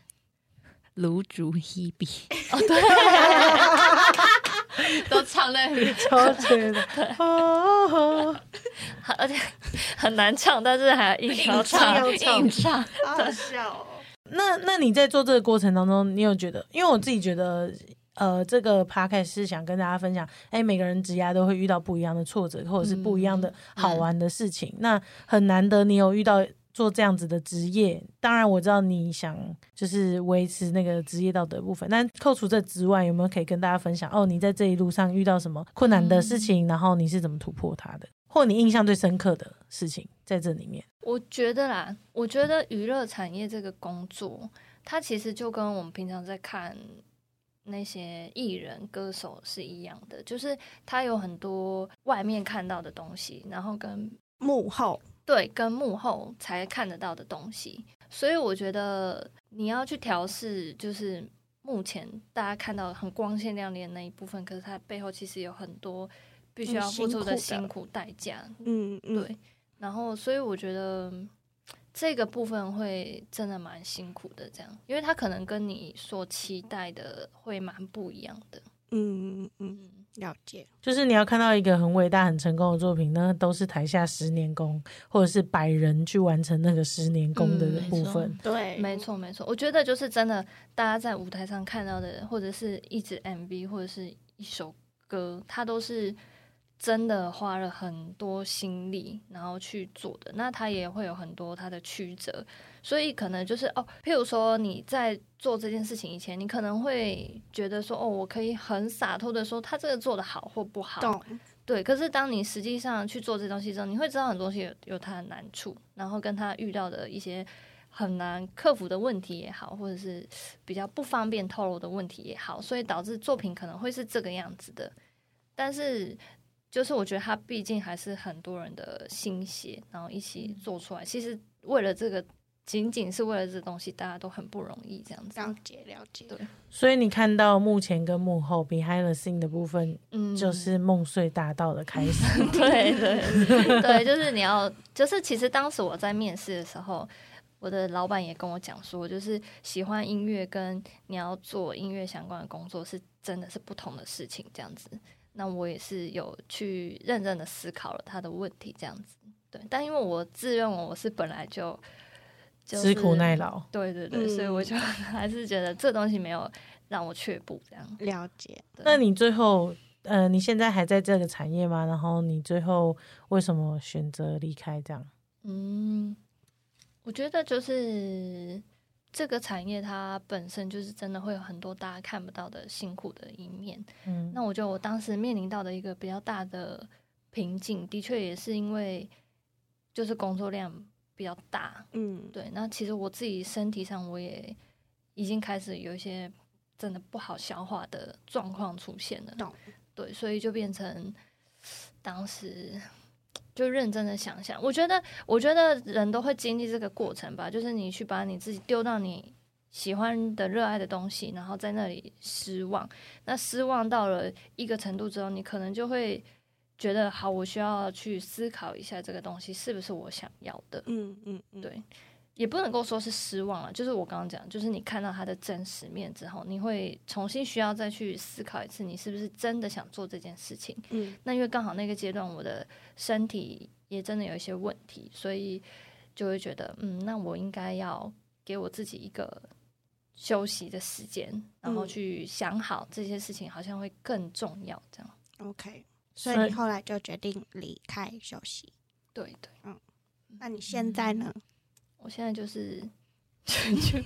Speaker 4: 卢竹 <laughs> Hebe 哦，对，都唱那 <laughs> 个
Speaker 1: <laughs> 超觉
Speaker 3: <laughs>
Speaker 1: 得哦，
Speaker 2: 他 <laughs> 而且很难唱，但是还硬要唱。
Speaker 4: 硬唱，
Speaker 3: 好好笑哦，
Speaker 1: 那那你在做这个过程当中，你有觉得？因为我自己觉得，呃，这个 podcast 是想跟大家分享，哎，每个人职涯都会遇到不一样的挫折，或者是不一样的好玩的事情。那很难得你有遇到做这样子的职业，当然我知道你想就是维持那个职业道德部分，但扣除这之外，有没有可以跟大家分享？哦，你在这一路上遇到什么困难的事情，然后你是怎么突破它的，或你印象最深刻的事情在这里面？
Speaker 2: 我觉得啦，我觉得娱乐产业这个工作，它其实就跟我们平常在看那些艺人、歌手是一样的，就是它有很多外面看到的东西，然后跟
Speaker 3: <laughs> 幕后
Speaker 2: 对跟幕后才看得到的东西，所以我觉得你要去调试，就是目前大家看到很光鲜亮丽的那一部分，可是它背后其实有很多必须
Speaker 3: 嗯
Speaker 2: 要付出的
Speaker 3: 辛苦的
Speaker 2: 辛苦代价，
Speaker 3: 嗯嗯
Speaker 2: 对，然后所以我觉得嗯这个部分会真的蛮辛苦的，这样，因为他可能跟你所期待的会蛮不一样的。
Speaker 3: 嗯嗯嗯，
Speaker 2: 嗯，
Speaker 3: 了解，
Speaker 1: 就是你要看到一个很伟大、很成功的作品，那都是台下十年功，或者是百人去完成那个十年功的
Speaker 2: 嗯没
Speaker 1: 部
Speaker 4: 错
Speaker 1: 分。
Speaker 3: 对，
Speaker 2: 没错没错，我觉得就是真的，大家在舞台上看到的，或者是一支 MV，或者是一首歌，它都是真的花了很多心力，然后去做的。那它也会有很多它的曲折，所以可能就是哦，譬如说你在做这件事情以前，你可能会觉得说，哦，我可以很洒脱的说，他这个做的好或不好，
Speaker 3: 懂，
Speaker 2: 对，可是当你实际上去做这东西之后，你会知道很多东西有有它的难处，然后跟他遇到的一些很难克服的问题也好，或者是比较不方便透露的问题也好，所以导致作品可能会是这个样子的。但是，就是我觉得它毕竟还是很多人的心血，然后一起做出来。其实为了这个，仅仅是为了这东西，大家都很不容易，这样
Speaker 3: 了
Speaker 2: 子。
Speaker 3: 解了解，
Speaker 2: 对
Speaker 1: 所以你看到幕前跟幕后 behind the scene 的部分，
Speaker 2: 嗯
Speaker 1: 就是梦碎大道的开
Speaker 2: <laughs>
Speaker 1: 始。
Speaker 2: 对对对，就是你要，就是其实当时我在面试的时候，我的老板也跟我讲说，就是喜欢音乐跟你要做音乐相关的工作是真的是不同的事情，这样子。那我也是有去认真的思考了他的问题，这样子。对，但因为我自认为我是本来就
Speaker 1: 吃苦耐，劳，
Speaker 2: 就是对对对，所以我就 <laughs> 还是觉得这东西没有让我却步这样。
Speaker 3: 了解，
Speaker 2: 对
Speaker 1: 那你最后，呃，你现在还在这个产业吗？然后你最后为什么选择离开？这样，
Speaker 2: 嗯，我觉得就是这个产业它本身就是真的会有很多大家看不到的辛苦的一面。
Speaker 1: 嗯，
Speaker 2: 那我觉得我当时面临到的一个比较大的瓶颈，的确也是因为就是工作量比较大。
Speaker 3: 嗯
Speaker 2: 对，那其实我自己身体上我也已经开始有一些真的不好消化的状况出现了。
Speaker 3: 懂，
Speaker 2: 对，所以就变成当时就认真的想想，我觉得，我觉得人都会经历这个过程吧，就是你去把你自己丢到你喜欢的、热爱的东西，然后在那里失望，那失望到了一个程度之后，你可能就会觉得，好，我需要去思考一下这个东西是不是我想要的。
Speaker 3: 嗯嗯嗯，
Speaker 2: 对也不能够说是失望了，就是我刚刚讲，就是你看到它的真实面之后，你会重新需要再去思考一次，你是不是真的想做这件事情。
Speaker 3: 嗯
Speaker 2: 那因为刚好那个阶段我的身体也真的有一些问题，所以就会觉得，嗯，那我应该要给我自己一个休息的时间，然后去想好这些事情好像会更重要。这样，
Speaker 3: OK，所以
Speaker 1: 所以
Speaker 3: 你后来就决定离开休息。
Speaker 2: 对对，
Speaker 3: 那你现在呢？
Speaker 2: 我现在就是 <laughs> 去去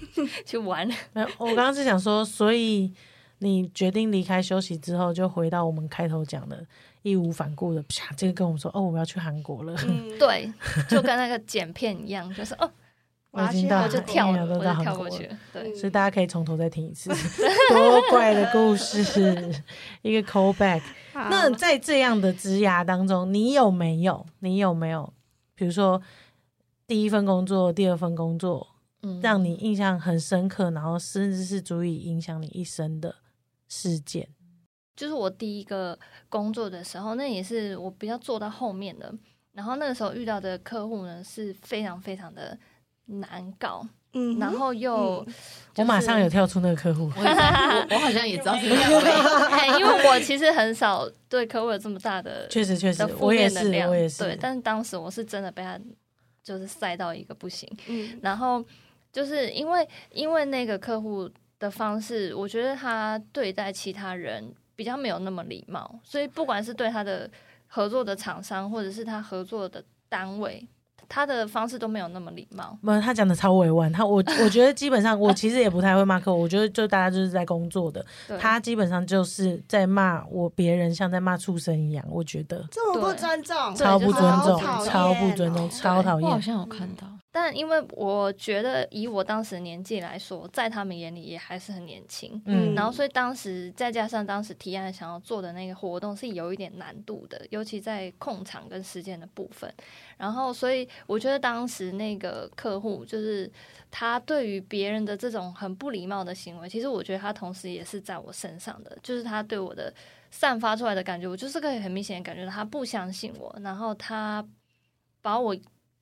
Speaker 2: 去玩，
Speaker 1: 没有，我刚刚是想说，所以你决定离开休息之后，就回到我们开头讲的，义无反顾的，啪，这个跟我们说，哦，我要去韩国了，
Speaker 3: 嗯，
Speaker 2: 对，就跟那个剪片一样，就是哦，
Speaker 3: 我
Speaker 1: 已
Speaker 3: 要
Speaker 1: 经
Speaker 3: 去
Speaker 1: 到
Speaker 3: 韩
Speaker 2: 我
Speaker 3: 国嗯
Speaker 2: 就
Speaker 3: 了
Speaker 2: 跳了，
Speaker 1: 啊都到
Speaker 2: 我就
Speaker 1: 韩
Speaker 2: 跳
Speaker 1: 国
Speaker 2: 过去了，
Speaker 1: <laughs>
Speaker 2: 对，
Speaker 1: 所以大家可以从头再听一次， <laughs> 多怪的故事，一个 callback。
Speaker 3: 好
Speaker 1: 那在这样的职涯当中，你有没有，你有没有，比如说第一份工作、第二份工作，
Speaker 2: 嗯
Speaker 1: 让你印象很深刻，然后甚至是足以影响你一生的事件？
Speaker 2: 就是我第一个工作的时候，那也是我比较做到后面的。然后那个时候遇到的客户呢是非常非常的难搞，
Speaker 3: 嗯哼，
Speaker 2: 然后又、
Speaker 1: 我马
Speaker 2: <laughs>
Speaker 1: 上有跳出那个客户，
Speaker 4: 我我我好像也知道是哪 <laughs> 位，
Speaker 2: 哎因为我其实很少对客户有这么大的
Speaker 1: 确实确实
Speaker 2: 的，负
Speaker 1: 我也
Speaker 2: 面能
Speaker 1: 是，
Speaker 2: 量，
Speaker 1: 我也是，
Speaker 2: 对。但是当时我是真的被他就是塞到一个不行，
Speaker 3: 嗯
Speaker 2: 然后就是因为因为那个客户的方式，我觉得他对待其他人比较没有那么礼貌，所以不管是对他的合作的厂商，或者是他合作的单位，他的方式都没有那么礼貌。
Speaker 1: 没有，他讲的超委婉。他我我觉得基本上我其实也不太会骂客户，我觉得就大家就是在工作的，
Speaker 2: 对，
Speaker 1: 他基本上就是在骂我别人，像在骂畜生一样。我觉得
Speaker 3: 这么不
Speaker 2: 对
Speaker 3: 尊重，
Speaker 1: 超不尊重，
Speaker 3: 好讨厌哦
Speaker 1: 超不尊重，超讨
Speaker 4: 我好
Speaker 1: 厌。
Speaker 4: 像有看到，
Speaker 2: 但因为我觉得以我当时的年纪来说，在他们眼里也还是很年轻。
Speaker 1: 嗯
Speaker 3: 嗯，
Speaker 2: 然后，所以当时再加上当时提案想要做的那个活动是有一点难度的，尤其在控场跟时间的部分。然后，所以我觉得当时那个客户就是他对于别人的这种很不礼貌的行为，其实我觉得他同时也是在我身上的，就是他对我的散发出来的感觉，我就是可以很明显地感觉到他不相信我，然后他把我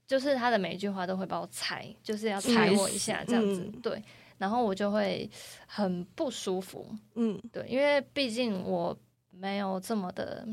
Speaker 2: 就是他的每一句话都会把我踩，就是要踩我一下这样子，
Speaker 3: 嗯
Speaker 2: 对。然后我就会很不舒服，
Speaker 3: 嗯，
Speaker 2: 对，因为毕竟我没有这么的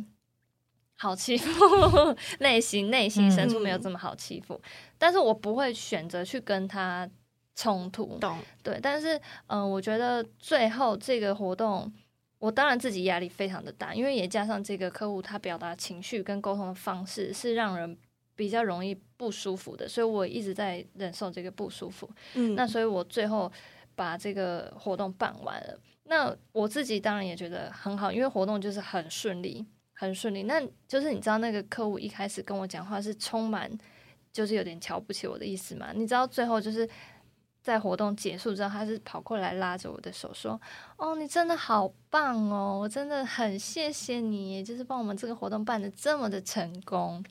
Speaker 2: 好欺负， <laughs> 内心内心深处没有这么好欺负，但是我不会选择去跟他冲突，
Speaker 3: 懂，
Speaker 2: 对，但是嗯、呃我觉得最后这个活动。我当然自己压力非常的大，因为也加上这个客户他表达情绪跟沟通的方式是让人比较容易不舒服的，所以我一直在忍受这个不舒服。
Speaker 3: 嗯，
Speaker 2: 那所以我最后把这个活动办完了。那我自己当然也觉得很好，因为活动就是很顺利，很顺利。那就是你知道那个客户一开始跟我讲话是充满，就是有点瞧不起我的意思嘛。你知道最后就是在活动结束之后，他是跑过来拉着我的手说：“哦，你真的好棒哦，我真的很谢谢你，就是帮我们这个活动办的这么的成功。”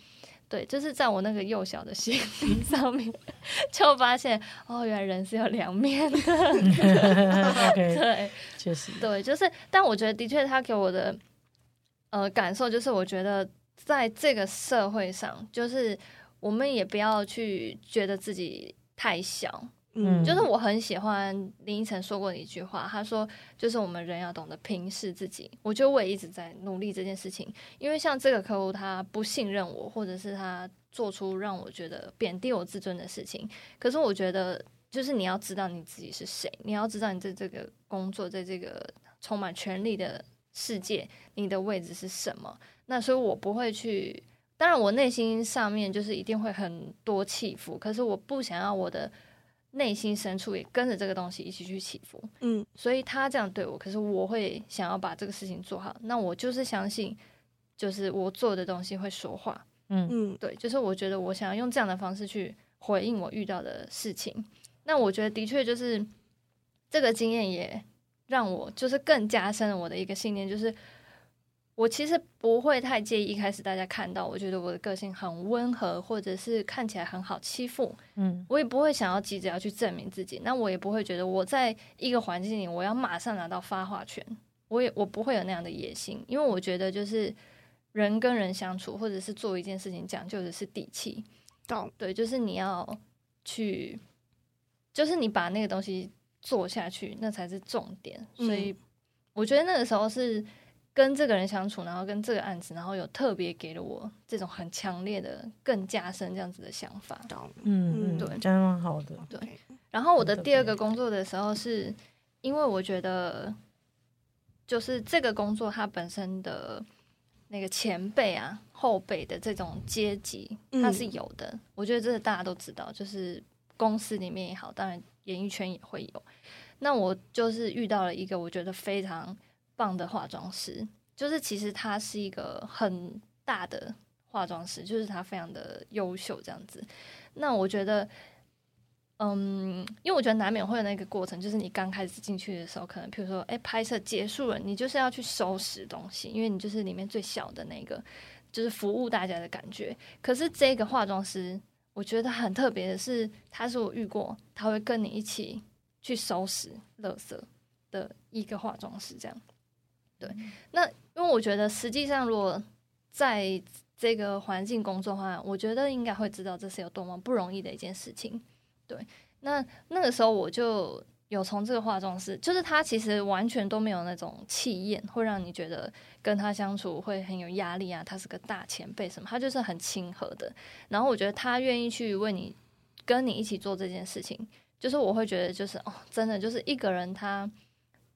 Speaker 2: 对，就是在我那个幼小的心 <laughs> 灵上面，就发现哦，原来人是有两面的。
Speaker 1: <laughs> OK，
Speaker 2: <laughs> 对
Speaker 1: 确实，
Speaker 2: 对，就是，但我觉得的确，他给我的呃感受就是，我觉得在这个社会上，就是我们也不要去觉得自己太小，
Speaker 1: 嗯
Speaker 2: 就是我很喜欢林依晨说过的一句话，他说就是我们人要懂得平视自己。我觉得我也一直在努力这件事情，因为像这个客户他不信任我，或者是他做出让我觉得贬低我自尊的事情，可是我觉得就是你要知道你自己是谁，你要知道你在这个工作，在这个充满权力的世界，你的位置是什么。那所以我不会去。当然，我内心上面就是一定会很多起伏，可是我不想要我的内心深处也跟着这个东西一起去起伏。
Speaker 3: 嗯
Speaker 2: 所以他这样对我，可是我会想要把这个事情做好。那我就是相信，就是我做的东西会说话。
Speaker 1: 嗯，
Speaker 3: 嗯
Speaker 2: 对，就是我觉得我想要用这样的方式去回应我遇到的事情。那我觉得的确就是这个经验也让我就是更加深了我的一个信念，就是我其实不会太介意一开始大家看到我觉得我的个性很温和，或者是看起来很好欺负，
Speaker 1: 嗯，
Speaker 2: 我也不会想要急着要去证明自己，那我也不会觉得我在一个环境里我要马上拿到发话权，我也我不会有那样的野心，因为我觉得就是人跟人相处，或者是做一件事情，讲究的是底气，
Speaker 3: 懂，
Speaker 2: 对，就是你要去，就是你把那个东西做下去，那才是重点。
Speaker 3: 嗯
Speaker 2: 所以我觉得那个时候是跟这个人相处，然后跟这个案子，然后有特别给了我这种很强烈的、更加深这样子的想法。
Speaker 3: 懂，
Speaker 1: 嗯嗯，
Speaker 2: 对
Speaker 1: 这样蛮好的。
Speaker 2: 对
Speaker 3: OK，
Speaker 2: 然后我的
Speaker 1: 很特
Speaker 2: 第二
Speaker 1: 别
Speaker 2: 个工作的时候是因为我觉得就是这个工作它本身的那个前辈啊、后辈的这种阶级，
Speaker 3: 嗯
Speaker 2: 它是有的。我觉得这个大家都知道，就是公司里面也好，当然演艺圈也会有。那我就是遇到了一个我觉得非常棒的化妆师，就是其实他是一个很大的化妆师，就是他非常的优秀这样子。那我觉得，嗯，因为我觉得难免会有那个过程，就是你刚开始进去的时候，可能譬如说，哎、拍摄结束了，你就是要去收拾东西，因为你就是里面最小的那个，就是服务大家的感觉。可是这个化妆师，我觉得很特别的是，他是我遇过，他会跟你一起去收拾垃圾的一个化妆师，这样。对，那因为我觉得实际上如果在这个环境工作的话，我觉得应该会知道这是有多么不容易的一件事情。对，那那个时候我就有从这个化妆师，就是他其实完全都没有那种气焰，会让你觉得跟他相处会很有压力啊。他是个大前辈什么，他就是很亲和的。然后我觉得他愿意去为你跟你一起做这件事情，就是我会觉得就是哦，真的就是一个人他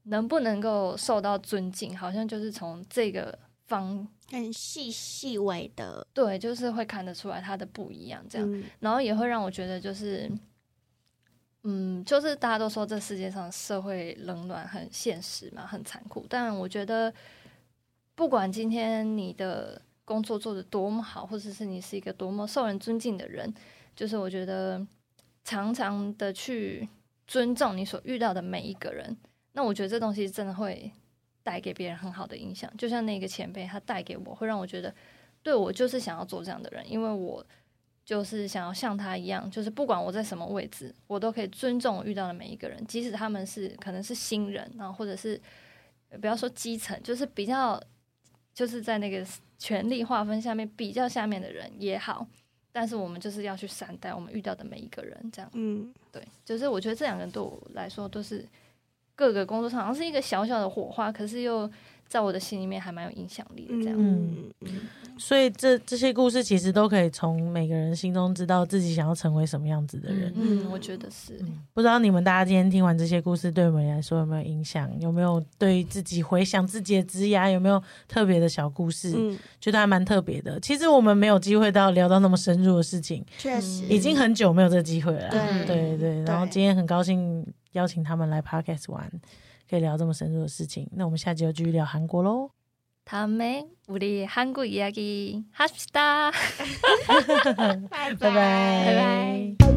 Speaker 2: 能不能够受到尊敬，好像就是从这个方
Speaker 3: 很细细微的，
Speaker 2: 对，就是会看得出来他的不一样这样。
Speaker 3: 嗯
Speaker 2: 然后也会让我觉得就是，嗯，就是大家都说这世界上社会冷暖很现实嘛，很残酷。但我觉得，不管今天你的工作做得多么好，或者是你是一个多么受人尊敬的人，就是我觉得常常的去尊重你所遇到的每一个人，那我觉得这东西真的会带给别人很好的影响。就像那个前辈他带给我，会让我觉得。对，我就是想要做这样的人，因为我就是想要像他一样，就是不管我在什么位置，我都可以尊重我遇到的每一个人，即使他们是可能是新人，然后或者是呃不要说基层，就是比较就是在那个权力划分下面比较下面的人也好，但是我们就是要去善待我们遇到的每一个人，这样
Speaker 3: 嗯，
Speaker 2: 对，就是我觉得这两个人对我来说都是各个工作上好像是一个小小的火花，可是又在我的心里面还蛮有影响力的这样。
Speaker 3: 嗯，
Speaker 1: 所以这这些故事其实都可以从每个人心中知道自己想要成为什么样子的人。
Speaker 2: 嗯，我觉得是。
Speaker 1: 不知道你们大家今天听完这些故事，对你们来说有没有影响？有没有对自己回想自己的职涯有没有特别的小故事？
Speaker 3: 嗯，
Speaker 1: 觉得还蛮特别的。其实我们没有机会到聊到那么深入的事情，
Speaker 3: 确实
Speaker 1: 已经很久没有这机会了啦。
Speaker 3: 对
Speaker 1: 对对，然后
Speaker 3: 对
Speaker 1: 今天很高兴邀请他们来 podcast 玩，可以聊这么深入的事情。那我们下集就继续聊韩国喽。
Speaker 2: 다음에 우리 한국 이야기 합시다.
Speaker 3: 拜拜
Speaker 1: 拜拜
Speaker 2: 拜拜